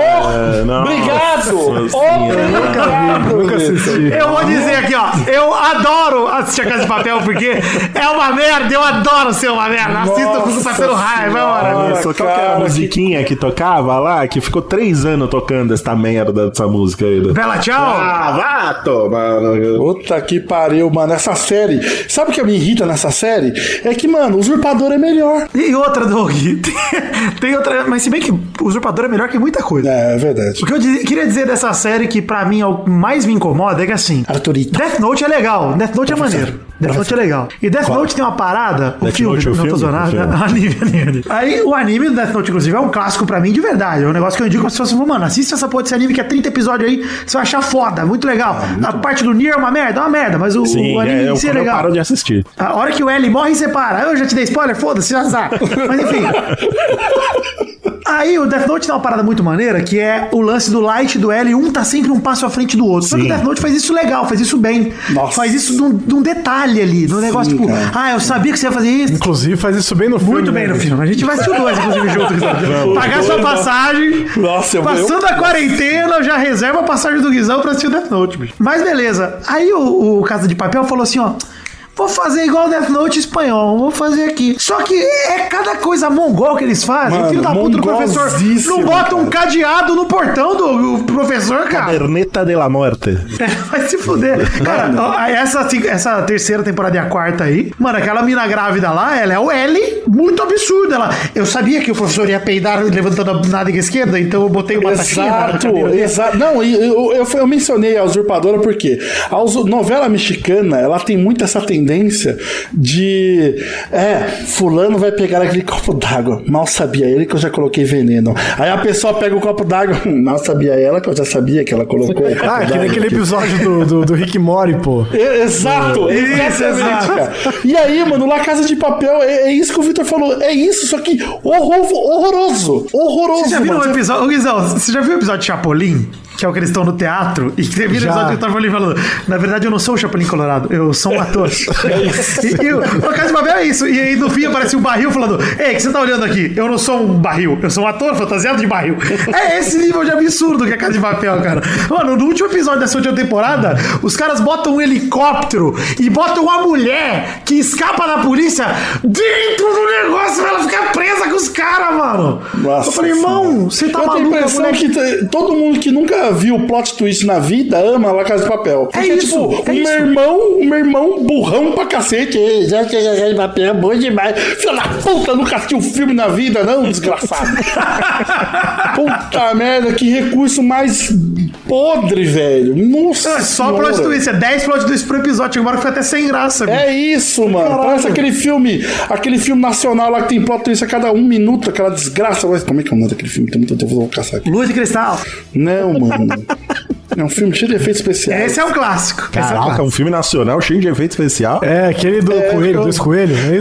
oh,
nossa
obrigado!
senhora.
Obrigado!
Nunca assisti.
Eu vou dizer aqui, ó. Eu adoro assistir a Casa de Papel porque é uma merda. Eu adoro ser uma merda. Assista porque tá sendo raiva, é hora.
Nossa, qual que era a
cara,
musiquinha que tocava lá? Que ficou três anos tocando esta merda dessa música aí. né? do-
Bela, tchau.
Ah, vá tomar. no-
Puta que pariu, mano. Essa série. Sabe o que me irrita nessa série? É que, mano, o usurpador é melhor.
E outra, Doug. <laughs> Tem, tem outra. Mas se bem que o Usurpador é melhor que muita coisa.
É, é verdade.
O que eu diz- queria dizer dessa série que pra mim é o que mais me incomoda é que assim.
Arturito.
Death Note é legal. Death Note é maneiro. Death Note é legal. E Death Note tem uma parada. O
Death
filme,
Note é o
não tô
filme?
zoando
O
nada.
filme.
<laughs> Anime, anime, anime. Aí o anime do Death Note, inclusive, é um clássico pra mim de verdade. É um negócio que eu indico as pessoas falam, mano, assista essa porra desse anime que é 30 episódios aí, você vai achar foda, muito legal. a parte do Nier é uma merda, é uma merda, mas o,
Ah, Sim,
o anime
é,
em
eu,
si é
quando eu
legal.
paro de assistir.
A hora que o L morre, você para. Ah, Eu já te dei spoiler? Foda-se, já sabe. Mas enfim. Aí o Death Note tem uma parada muito maneira, que é o lance do Light e do L, um tá sempre um passo à frente do outro. Só que o Death Note faz isso legal, faz isso bem.
Nossa.
Faz isso num, num detalhe ali, num negócio tipo,
cara.
ah, eu sabia que você ia fazer isso.
Inclusive faz isso bem no filme.
Muito bem
né?
no filme. A gente vai assistir o dois,
<laughs>
inclusive, junto. Guizão. Pagar sua passagem.
Nossa, eu-
Passando a quarentena, já reserva a passagem do Guizão pra assistir o Death Note, bicho. Mas beleza. Aí o, o Casa de Papel falou assim, ó. Vou fazer igual o Death Note espanhol, vou fazer aqui. Só que é cada coisa mongol que eles fazem.
Mano,
o filho da puta do professor não
mongolzíssimo,
bota um cadeado no portão do do professor, cara.
Perneta de la Morte.
É, <laughs> vai se fuder. Cara, ó, essa, essa terceira temporada e a quarta aí, mano, aquela mina grávida lá, ela é o L, muito absurda. Ela, eu sabia que o professor ia peidar levantando a nádega esquerda, então eu botei uma taxinha né? na
Exato,
cadeira dele.
exato. Não, e eu, eu, eu mencionei a usurpadora porque a usu- novela mexicana ela tem muito essa tendência de. É, Fulano vai pegar aquele <laughs> copo d'água. Mal sabia ele que eu já coloquei veneno. Aí a pessoa pega o copo d'água. <laughs> hum, Mal sabia ela que eu já sabia que ela colocou.
É
O copo
Ah, aquele,
d'água
aquele
aqui.
episódio do, do, do Rick Mori, pô.
E- Exato,
Isso,
exatamente,
exato.
cara. E aí, mano, La Casa de Papel, é, é isso que o Victor falou. É isso, só que horror- horroroso. Horroroso,
Você já viu
mano.
um episódio. Ô, Guizão, você já viu o episódio de Chapolin? Que é o que eles estão no teatro? E que termina o
Já.
episódio que o Chapolin falando. Na verdade, eu não sou o Chapolin Colorado, eu sou um ator. e, e o o Casa de Babel é isso. E aí no fim aparece um barril falando: Ei, o que você tá olhando aqui? Eu não sou um barril, eu sou um ator fantasiado de barril. É esse nível de absurdo que é Casa de Papel, cara. Mano, no último episódio dessa última temporada, os caras botam um helicóptero e botam uma mulher que escapa da polícia dentro do negócio pra ela ficar presa com os caras, mano.
Nossa
eu falei, irmão,
senhora.
você tá
Eu tenho
maluco,
a
a
impressão
mulher
que t- todo mundo que nunca viu plot twist na vida ama La Casa de Papel. Porque,
isso,
tipo,
é
o meu
isso.
irmão, o meu irmão burrão pra cacete. Ei, Já que La Casa de Papel é bom demais. Filho da puta, nunca assistiu filme na vida, não,
<laughs>
desgraçado. puta merda, que recurso mais podre, velho. Nossa
É só
senhora.
plot twist, é 10 plot twists por episódio, chega uma hora que foi até sem graça. bicho.
É isso, mano. Parece aquele filme, aquele filme nacional lá que tem plot twist a cada um minuto, aquela desgraça. Mas como é que é o nome daquele filme? Tem muito tempo, eu vou caçar aqui.
Luz de cristal.
Não, mano. É um filme cheio de efeitos especiais.
Esse é um clássico. Esse é um
Caraca,
clássico.
um filme nacional cheio de efeito especial.
É, aquele do coelho, dois coelhos, não é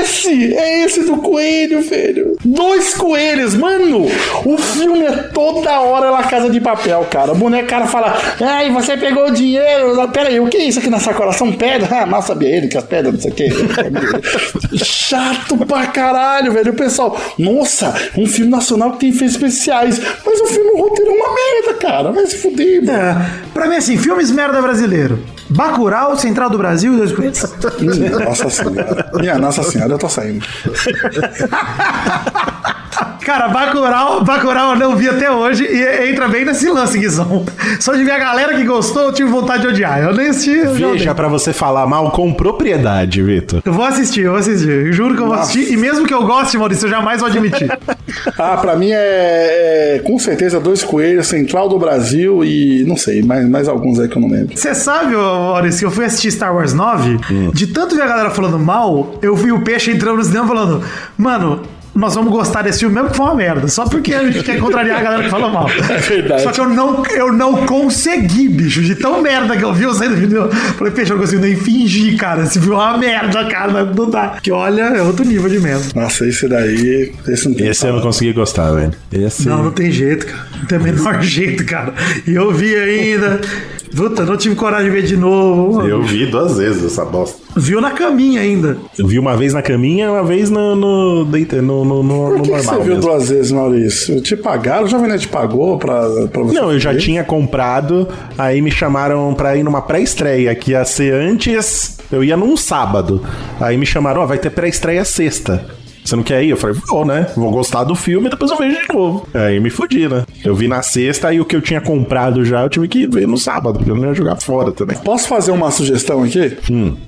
isso?
Esse! É esse do coelho, velho! Dois coelhos, mano! O filme é toda hora La Casa de Papel, cara. O boneco cara fala: Ai, você pegou o dinheiro. Não, Pera aí, o que é isso aqui na sacola? São pedras? Ah, mal sabia ele que as pedras, não sei o quê. Chato pra caralho, velho. O pessoal, nossa, um filme nacional que tem efeitos especiais. Mas o filme, o roteiro é uma merda, cara. Vai se fuder, mano.
É, pra mim, assim, filmes merda brasileiro. Bacurau, Central do Brasil e Dois Coelhos.
Minha Nossa Senhora. Minha Nossa Senhora, eu tô saindo.
Cara, Bacurau, Bacurau eu não vi até hoje e entra bem nesse lance, Guizão. Só de ver a galera que gostou, eu tive vontade de odiar. Eu nem assisti, eu já
Veja
odeio.
pra você falar mal com propriedade, Vitor.
Eu vou assistir, eu vou assistir. Eu Juro que eu vou assistir. E mesmo que eu goste, Maurício, eu jamais vou admitir.
Ah, pra mim é, é, com certeza Dois Coelhos, Central do Brasil e não sei, mais, mais alguns aí que eu não lembro.
Você sabe, ô, Maurício, que eu fui assistir Star Wars 9, de tanto ver a galera falando mal, eu vi o peixe entrando no cinema falando, mano. Nós vamos gostar desse filme mesmo que for uma merda. Só porque a gente quer contrariar a galera que fala mal. É
verdade.
Só que eu não, eu não consegui, bicho. De tão merda que eu vi, eu saí do vídeo. eu Falei, peixe, eu não consigo nem fingir, cara. Esse filme é uma merda, cara. Não dá. Que olha, é outro nível de merda.
Nossa, esse daí. Esse é não tem
Esse eu não consegui gostar, velho. Esse.
Não, não tem jeito, cara. Não tem o menor <laughs> jeito, cara. E eu vi ainda. Puta, não tive coragem de ver de novo.
Eu vi duas vezes essa bosta.
Viu na caminha ainda.
Eu vi uma vez na caminha, uma vez no, no, deita- no, no, no-
Por
no
que, que
normal.
você viu
mesmo.
duas vezes, Maurício? Te pagaram? O Jovem Nerd pagou pra, pra você?
Não, eu já
ver?
tinha comprado, aí me chamaram pra ir numa pré-estreia, que ia ser antes, eu ia num sábado. Aí me chamaram, ó, vai ter pré-estreia sexta. Você não quer ir? Eu falei, vou, né? Vou gostar do filme, depois eu vejo de novo. Aí me fudi, né? Eu vi na sexta e o que eu tinha comprado já, eu tive que ver no sábado, porque eu não ia jogar fora também.
Posso fazer uma sugestão aqui?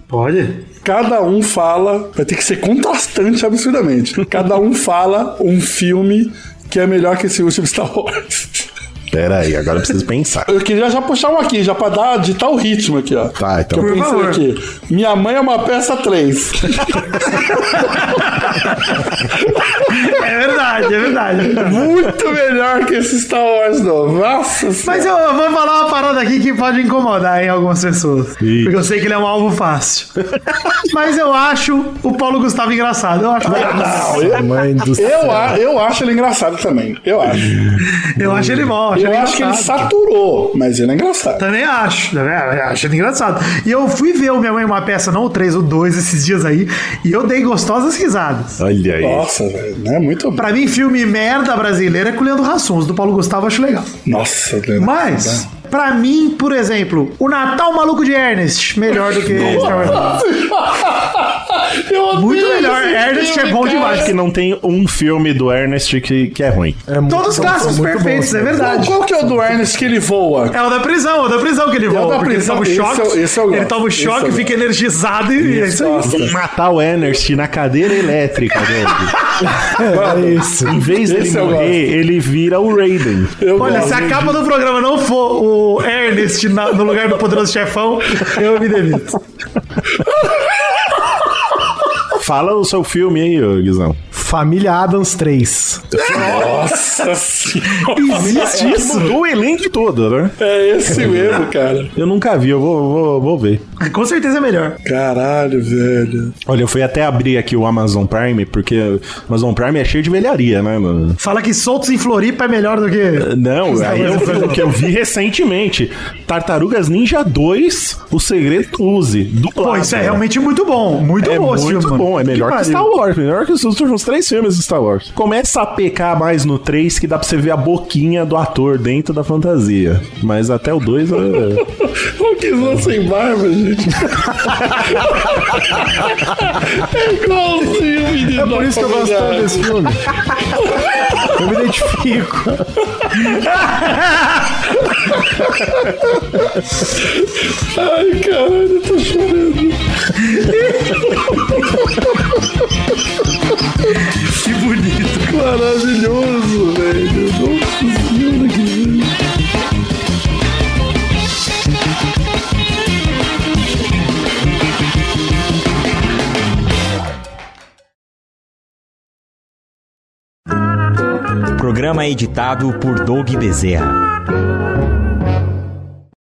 Pode?
Cada um fala. Vai ter que ser contrastante absurdamente. Cada um fala um filme que é melhor que esse último Star Wars.
Pera aí, agora eu preciso pensar.
Eu queria já puxar um aqui, já pra dar, ditar o ritmo aqui, ó.
Tá, então.
Que eu
Por
pensei
favor.
aqui. Minha mãe é uma peça <laughs> 3.
<laughs> É verdade, é verdade.
Muito melhor que esse Star Wars novo. Nossa
Mas
Senhora.
eu vou falar uma parada aqui que pode incomodar em algumas pessoas. Porque eu sei que ele é um alvo fácil. <laughs> Mas eu acho o Paulo Gustavo engraçado. Eu acho,
Não, eu,
<laughs>
Mãe do céu.
eu, a- eu acho ele engraçado também. Eu acho.
eu acho ele bom. acho
Eu
ele
acho que ele
engraçado.
saturou, mas ele é engraçado.
Também acho, né? acho ele engraçado. E eu fui ver o Minha Mãe é Uma Peça, não o 3, o 2, esses dias aí, e eu dei gostosas risadas.
Olha aí.
Nossa, velho. Não é muito.
Pra mim, filme merda brasileira é com o Leandro Hassum, os do Paulo Gustavo eu acho legal.
Nossa, Tá Leandro.
Mas, pra mim, por exemplo, o Natal Maluco de Ernest, melhor do que Star Wars.
Eu odeio
Muito melhor,
esse
Ernest
filme,
é bom
cara.
demais.
Acho que não tem um filme do Ernest que, que é ruim.
É muito
Todos os
bom,
clássicos
muito
perfeitos,
bom,
é verdade.
Qual que é o do Ernest que ele voa?
É o da prisão, é o da prisão que ele volta.
da
Porque ele
prisão,
toma o
esse
choque,
eu- esse eu
ele
gosto,
toma o
esse
choque,
eu
fica energizado e é isso aí.
Nossa.
Matar o Ernest na cadeira elétrica,
<laughs>
velho.
É isso.
Em vez dele
Esse eu
morrer, ele vira o Raiden.
Eu
Olha,
gosto.
se a capa do programa não for o Ernest na- no lugar do poderoso chefão, eu me demito.
Fala o seu filme aí, ô Guizão.
Família Adams 3.
Nossa senhora.
Existe isso? Do elenco todo, né?
É esse mesmo, cara.
Eu nunca vi, eu vou, vou, vou ver.
Com certeza é melhor.
Caralho, velho.
Olha, eu fui até abrir aqui o Amazon Prime, porque o Amazon Prime é cheio de velharia, né? mano?
Fala que soltos em Floripa é melhor do que.
Não, aí eu vi o que eu vi recentemente. Tartarugas Ninja 2, O Segredo Use. Dublado,
Pô, isso é
cara.
realmente muito bom. Muito
É
bom esse
muito
filme,
bom,
mano.
é melhor que,
pariu.
Star Wars, melhor que os últimos três filmes do Star Wars. Começa a pecar mais no 3, que dá pra você ver a boquinha do ator dentro da fantasia. Mas até o 2 é...
O Guizão sem barba, gente. é igualzinho, menino.
É por isso que eu gosto tanto desse filme. Eu me identifico.
Ai, caralho, eu tô chorando. que bonito. Maravilhoso, velho. Nossa senhora, que lindo.
Programa editado por Doug Bezerra.